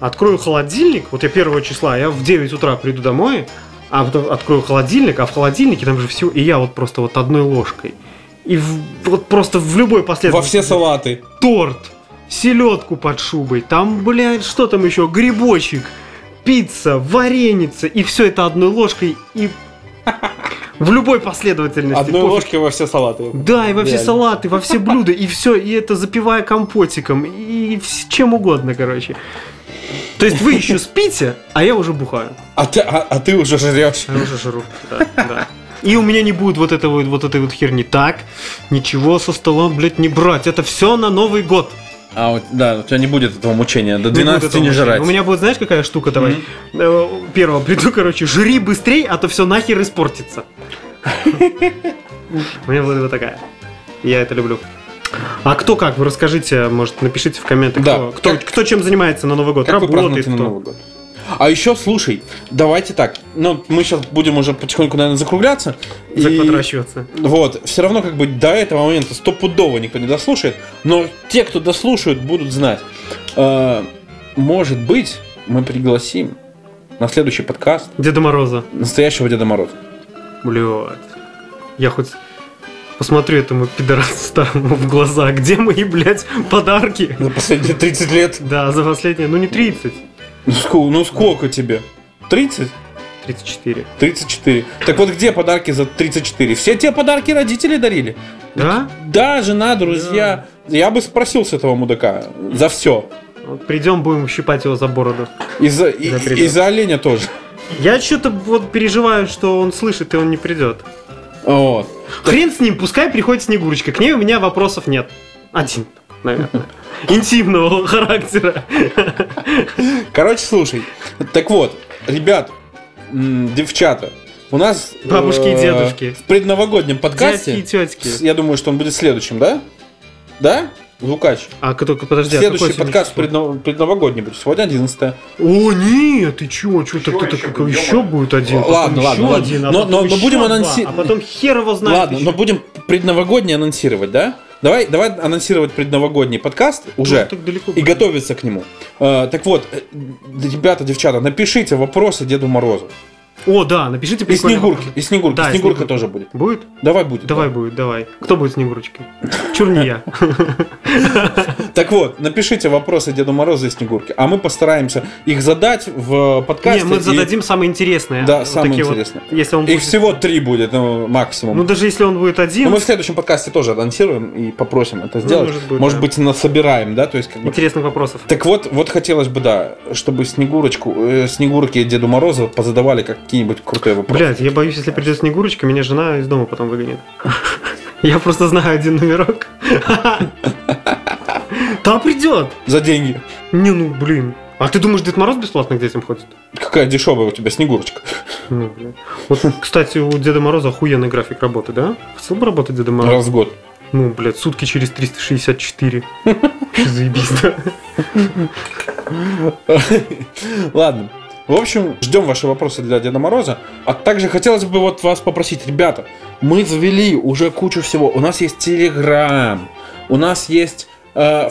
Speaker 4: открою холодильник, вот я 1 числа, я в 9 утра приду домой, а потом открою холодильник, а в холодильнике там же все, и я вот просто вот одной ложкой. И в- вот просто в любой
Speaker 2: Во
Speaker 4: последовательности
Speaker 2: все салаты.
Speaker 4: торт, селедку под шубой, там, блядь, что там еще, грибочек, пицца, вареница, и все это одной ложкой и в любой последовательности.
Speaker 2: Одной
Speaker 4: пофиг.
Speaker 2: ложкой во все салаты.
Speaker 4: Да, и во все
Speaker 2: Реально.
Speaker 4: салаты, во все блюда, и все, и это запивая компотиком, и вс- чем угодно, короче. То есть вы еще спите, а я уже бухаю.
Speaker 2: А ты, а, а ты уже жрешь.
Speaker 4: А я уже жру, да, да. И у меня не будет вот этого вот этой вот херни. Так, ничего со стола, блядь, не брать. Это все на Новый год.
Speaker 2: А вот, да, у тебя не будет этого мучения. До
Speaker 4: Не буду этого мучить. У меня будет, знаешь, какая штука, давай. Э, Первого приду, короче, жри быстрей, а то все нахер испортится. У меня будет вот такая. Я это люблю. А кто как? Вы расскажите, может, напишите в комментах,
Speaker 2: Да.
Speaker 4: кто, кто,
Speaker 2: Как-
Speaker 4: кто чем занимается на Новый год.
Speaker 2: Как вы
Speaker 4: Работает
Speaker 2: празднуете на
Speaker 4: кто.
Speaker 2: Новый год? А еще, слушай, давайте так. Ну, мы сейчас будем уже потихоньку, наверное, закругляться. и-
Speaker 4: Заквадращиваться.
Speaker 2: Вот, все равно как бы до этого момента стопудово никто не дослушает, но те, кто дослушают, будут знать. Э, может быть, мы пригласим на следующий подкаст
Speaker 4: Деда Мороза.
Speaker 2: настоящего Деда Мороза.
Speaker 4: Блядь. Я хоть посмотрю этому пидорасу старому в глаза. Где мои, блядь, подарки?
Speaker 2: За последние 30 лет.
Speaker 4: Да, за последние, ну не 30,
Speaker 2: Ну, ско- ну сколько тебе? 30?
Speaker 4: 34.
Speaker 2: 34. Так вот, где подарки за 34? Все те подарки родители дарили.
Speaker 4: Да?
Speaker 2: Да, жена, друзья. Я бы спросил с этого мудака за все.
Speaker 4: Вот придем, будем щипать его за бороду.
Speaker 2: И за, и,
Speaker 4: За призыв.
Speaker 2: и за оленя тоже.
Speaker 4: Я что-то вот переживаю, что он слышит и он не придет.
Speaker 2: Вот.
Speaker 4: Хрен с ним, пускай приходит Снегурочка. К ней у меня вопросов нет. Один, наверное. Интимного характера.
Speaker 2: Короче, слушай. Так вот, ребят, м, девчата, у нас... э,
Speaker 4: Бабушки и дедушки.
Speaker 2: В предновогоднем
Speaker 4: Дядьки
Speaker 2: подкасте...
Speaker 4: и тетки.
Speaker 2: Я думаю, что он будет следующим, да? Да? Лукач.
Speaker 4: А только подожди, а
Speaker 2: Следующий
Speaker 4: какое сегодня
Speaker 2: подкаст
Speaker 4: число?
Speaker 2: предно- предновогодний будет. Сегодня 11
Speaker 4: О, нет, ты чего, чё ты,
Speaker 5: Ещё,
Speaker 4: ты, ты,
Speaker 5: ещё,
Speaker 4: какой-
Speaker 5: ё-моё.
Speaker 4: еще будет один,
Speaker 2: Ладно,
Speaker 4: потом
Speaker 2: ладно,
Speaker 4: еще
Speaker 2: ладно.
Speaker 4: один,
Speaker 2: Но-
Speaker 4: а потом
Speaker 2: но- но
Speaker 4: ещё
Speaker 2: будем
Speaker 4: два,
Speaker 2: анонси-
Speaker 4: а потом хер его знает.
Speaker 2: Ладно,
Speaker 4: ещё.
Speaker 2: но будем предновогодний анонсировать, да? Давай, давай анонсировать предновогодний подкаст уже.
Speaker 4: Ну, так далеко
Speaker 2: и
Speaker 4: будет.
Speaker 2: готовиться к нему. Э, так вот, э, ребята, девчата, напишите вопросы Деду Морозу.
Speaker 4: О, да, напишите
Speaker 2: И
Speaker 4: прикольно.
Speaker 2: Снегурки, и Снегурки,
Speaker 4: Да, и
Speaker 2: Снегурка
Speaker 4: Снегурка.
Speaker 2: тоже будет.
Speaker 4: Будет?
Speaker 2: Давай будет.
Speaker 4: Давай будет, давай. Кто будет Снегурочкой? Чур не я.
Speaker 2: Так вот, напишите вопросы Деду Морозу и Снегурке, а мы постараемся их задать в подкасте.
Speaker 4: Не, мы
Speaker 2: и
Speaker 4: зададим самое интересное.
Speaker 2: Да,
Speaker 4: Вот
Speaker 2: самое
Speaker 4: такие вот,
Speaker 2: интересное.
Speaker 4: Если он
Speaker 2: Их
Speaker 4: будет...
Speaker 2: всего три будет ну, максимум.
Speaker 4: Ну, даже если он будет
Speaker 2: Но
Speaker 4: один,
Speaker 2: мы в следующем подкасте тоже анонсируем и попросим это сделать.
Speaker 4: Ну, может быть, да.
Speaker 2: быть, насобираем, да? То есть, как бы...
Speaker 4: интересных вопросов.
Speaker 2: Так вот, вот хотелось бы, да, чтобы Снегурочку, э, Снегурки и Деду Мороза позадавали какие-нибудь крутые вопросы.
Speaker 4: Блядь, я боюсь, если придет Снегурочка, меня жена из дома потом выгонит. Я просто знаю один номерок. Та придет.
Speaker 2: За деньги.
Speaker 4: Не, ну, блин. А ты думаешь, Дед Мороз бесплатно к детям ходит?
Speaker 2: Какая дешевая у тебя Снегурочка.
Speaker 4: Ну, блин. Вот, кстати, у Деда Мороза охуенный график работы, да? Хотел бы работать Деда Мороз?
Speaker 2: Раз в год.
Speaker 4: Ну, блядь, сутки через 364. Вообще Заебись, да?
Speaker 2: Ладно. В общем, ждем ваши вопросы для Деда Мороза. А также хотелось бы вот вас попросить, ребята, мы завели уже кучу всего. У нас есть Телеграм, у нас есть э,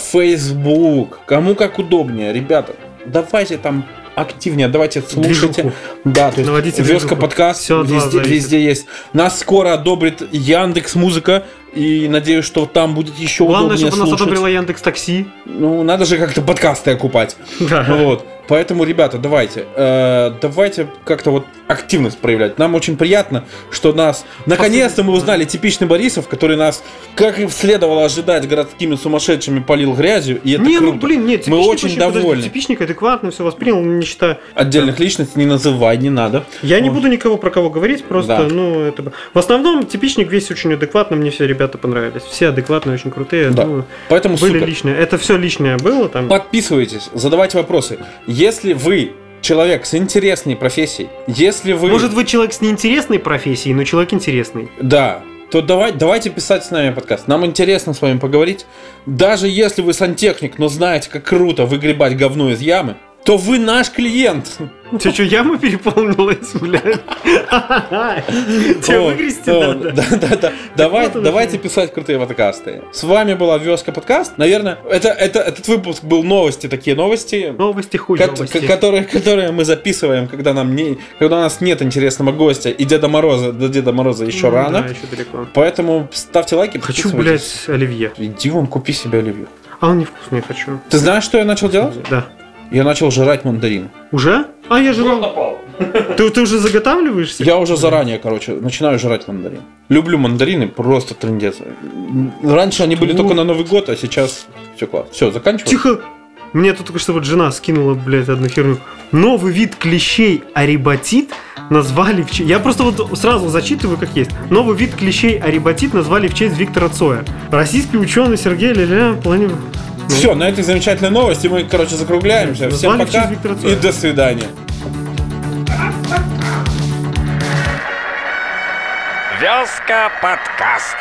Speaker 2: Facebook. Кому как удобнее, ребята, давайте там активнее, давайте слушайте.
Speaker 4: Движуху.
Speaker 2: Да, то есть
Speaker 4: Наводите
Speaker 2: Верска
Speaker 4: движуху.
Speaker 2: подкаст
Speaker 4: Всё от вас
Speaker 2: везде,
Speaker 4: зависит.
Speaker 2: везде есть. Нас скоро одобрит Яндекс Музыка, и надеюсь, что там будет еще
Speaker 4: Главное,
Speaker 2: удобнее
Speaker 4: чтобы нас
Speaker 2: слушать.
Speaker 4: одобрила Яндекс Такси.
Speaker 2: Ну, надо же как-то подкасты окупать.
Speaker 4: Да.
Speaker 2: Вот. Поэтому, ребята, давайте, э, давайте как-то вот активность проявлять. Нам очень приятно, что нас, наконец-то мы узнали типичный Борисов, который нас, как и следовало ожидать, городскими сумасшедшими полил грязью, и это
Speaker 4: не, ну
Speaker 2: круто.
Speaker 4: блин, нет,
Speaker 2: Мы
Speaker 4: типичник
Speaker 2: очень
Speaker 4: вообще, подожди,
Speaker 2: довольны.
Speaker 4: Типичник, адекватно, все воспринял, не считаю.
Speaker 2: Отдельных личностей не называй, не надо.
Speaker 4: Я не
Speaker 2: Вот.
Speaker 4: буду никого про кого говорить, просто,
Speaker 2: Да.
Speaker 4: ну, это... бы- В основном типичник весь очень адекватно, мне все ребята понравились. Все адекватные, очень крутые.
Speaker 2: Да.
Speaker 4: ну,
Speaker 2: Поэтому,
Speaker 4: были
Speaker 2: супер.
Speaker 4: личные. Это все личное было там.
Speaker 2: Подписывайтесь, задавайте вопросы. Если вы человек с интересной профессией, если вы...
Speaker 4: Может, вы человек с неинтересной профессией, но человек интересный.
Speaker 2: Да. То давай, давайте писать с нами подкаст. Нам интересно с вами поговорить. Даже если вы сантехник, но знаете, как круто выгребать говно из ямы, то вы наш клиент.
Speaker 4: Че, что, яма переполнилась, блядь? Тебя
Speaker 2: Вот,
Speaker 4: выгрести
Speaker 2: вот,
Speaker 4: надо?
Speaker 2: Да, да, да. Давай,
Speaker 4: вот оно
Speaker 2: давайте
Speaker 4: что.
Speaker 2: писать крутые подкасты. С вами была Вёска подкаст. Наверное, это, это, этот выпуск был новости, такие новости.
Speaker 4: Новости хуй
Speaker 2: кот-
Speaker 4: Ну, новости.
Speaker 2: ко- которые, которые мы записываем, когда нам не, когда у нас нет интересного гостя и Деда Мороза, до Деда Мороза еще
Speaker 4: Ну
Speaker 2: рано.
Speaker 4: Да, еще далеко.
Speaker 2: Поэтому ставьте лайки.
Speaker 4: Хочу,
Speaker 2: подписывайтесь.
Speaker 4: блядь, оливье.
Speaker 2: Иди вон, купи себе оливье.
Speaker 4: А он невкусный, хочу.
Speaker 2: Ты знаешь, что я начал делать?
Speaker 4: Да.
Speaker 2: Я начал жрать мандарин.
Speaker 4: Уже? А, я
Speaker 3: Жирон
Speaker 4: жрал.
Speaker 3: напал.
Speaker 4: Ты, ты уже заготавливаешься?
Speaker 2: Я уже заранее, короче, начинаю жрать мандарин. Люблю мандарины, просто трындец. Раньше они были
Speaker 4: Тьфу.
Speaker 2: только на Новый год, а сейчас все класс. Все, заканчиваю.
Speaker 4: Тихо! Мне тут только что вот жена скинула, блядь, одну херню. Новый вид клещей арибатит назвали в честь... Я просто вот сразу зачитываю, как есть. Новый вид клещей арибатит назвали в честь Виктора Цоя. Российский ученый Сергей Леля планирует...
Speaker 2: Все, на этой замечательной новости мы, короче, закругляемся. Всем
Speaker 4: Назвали в
Speaker 2: пока
Speaker 4: честь Виктора Цоя.
Speaker 2: и до свидания.
Speaker 1: Вязка подкаст.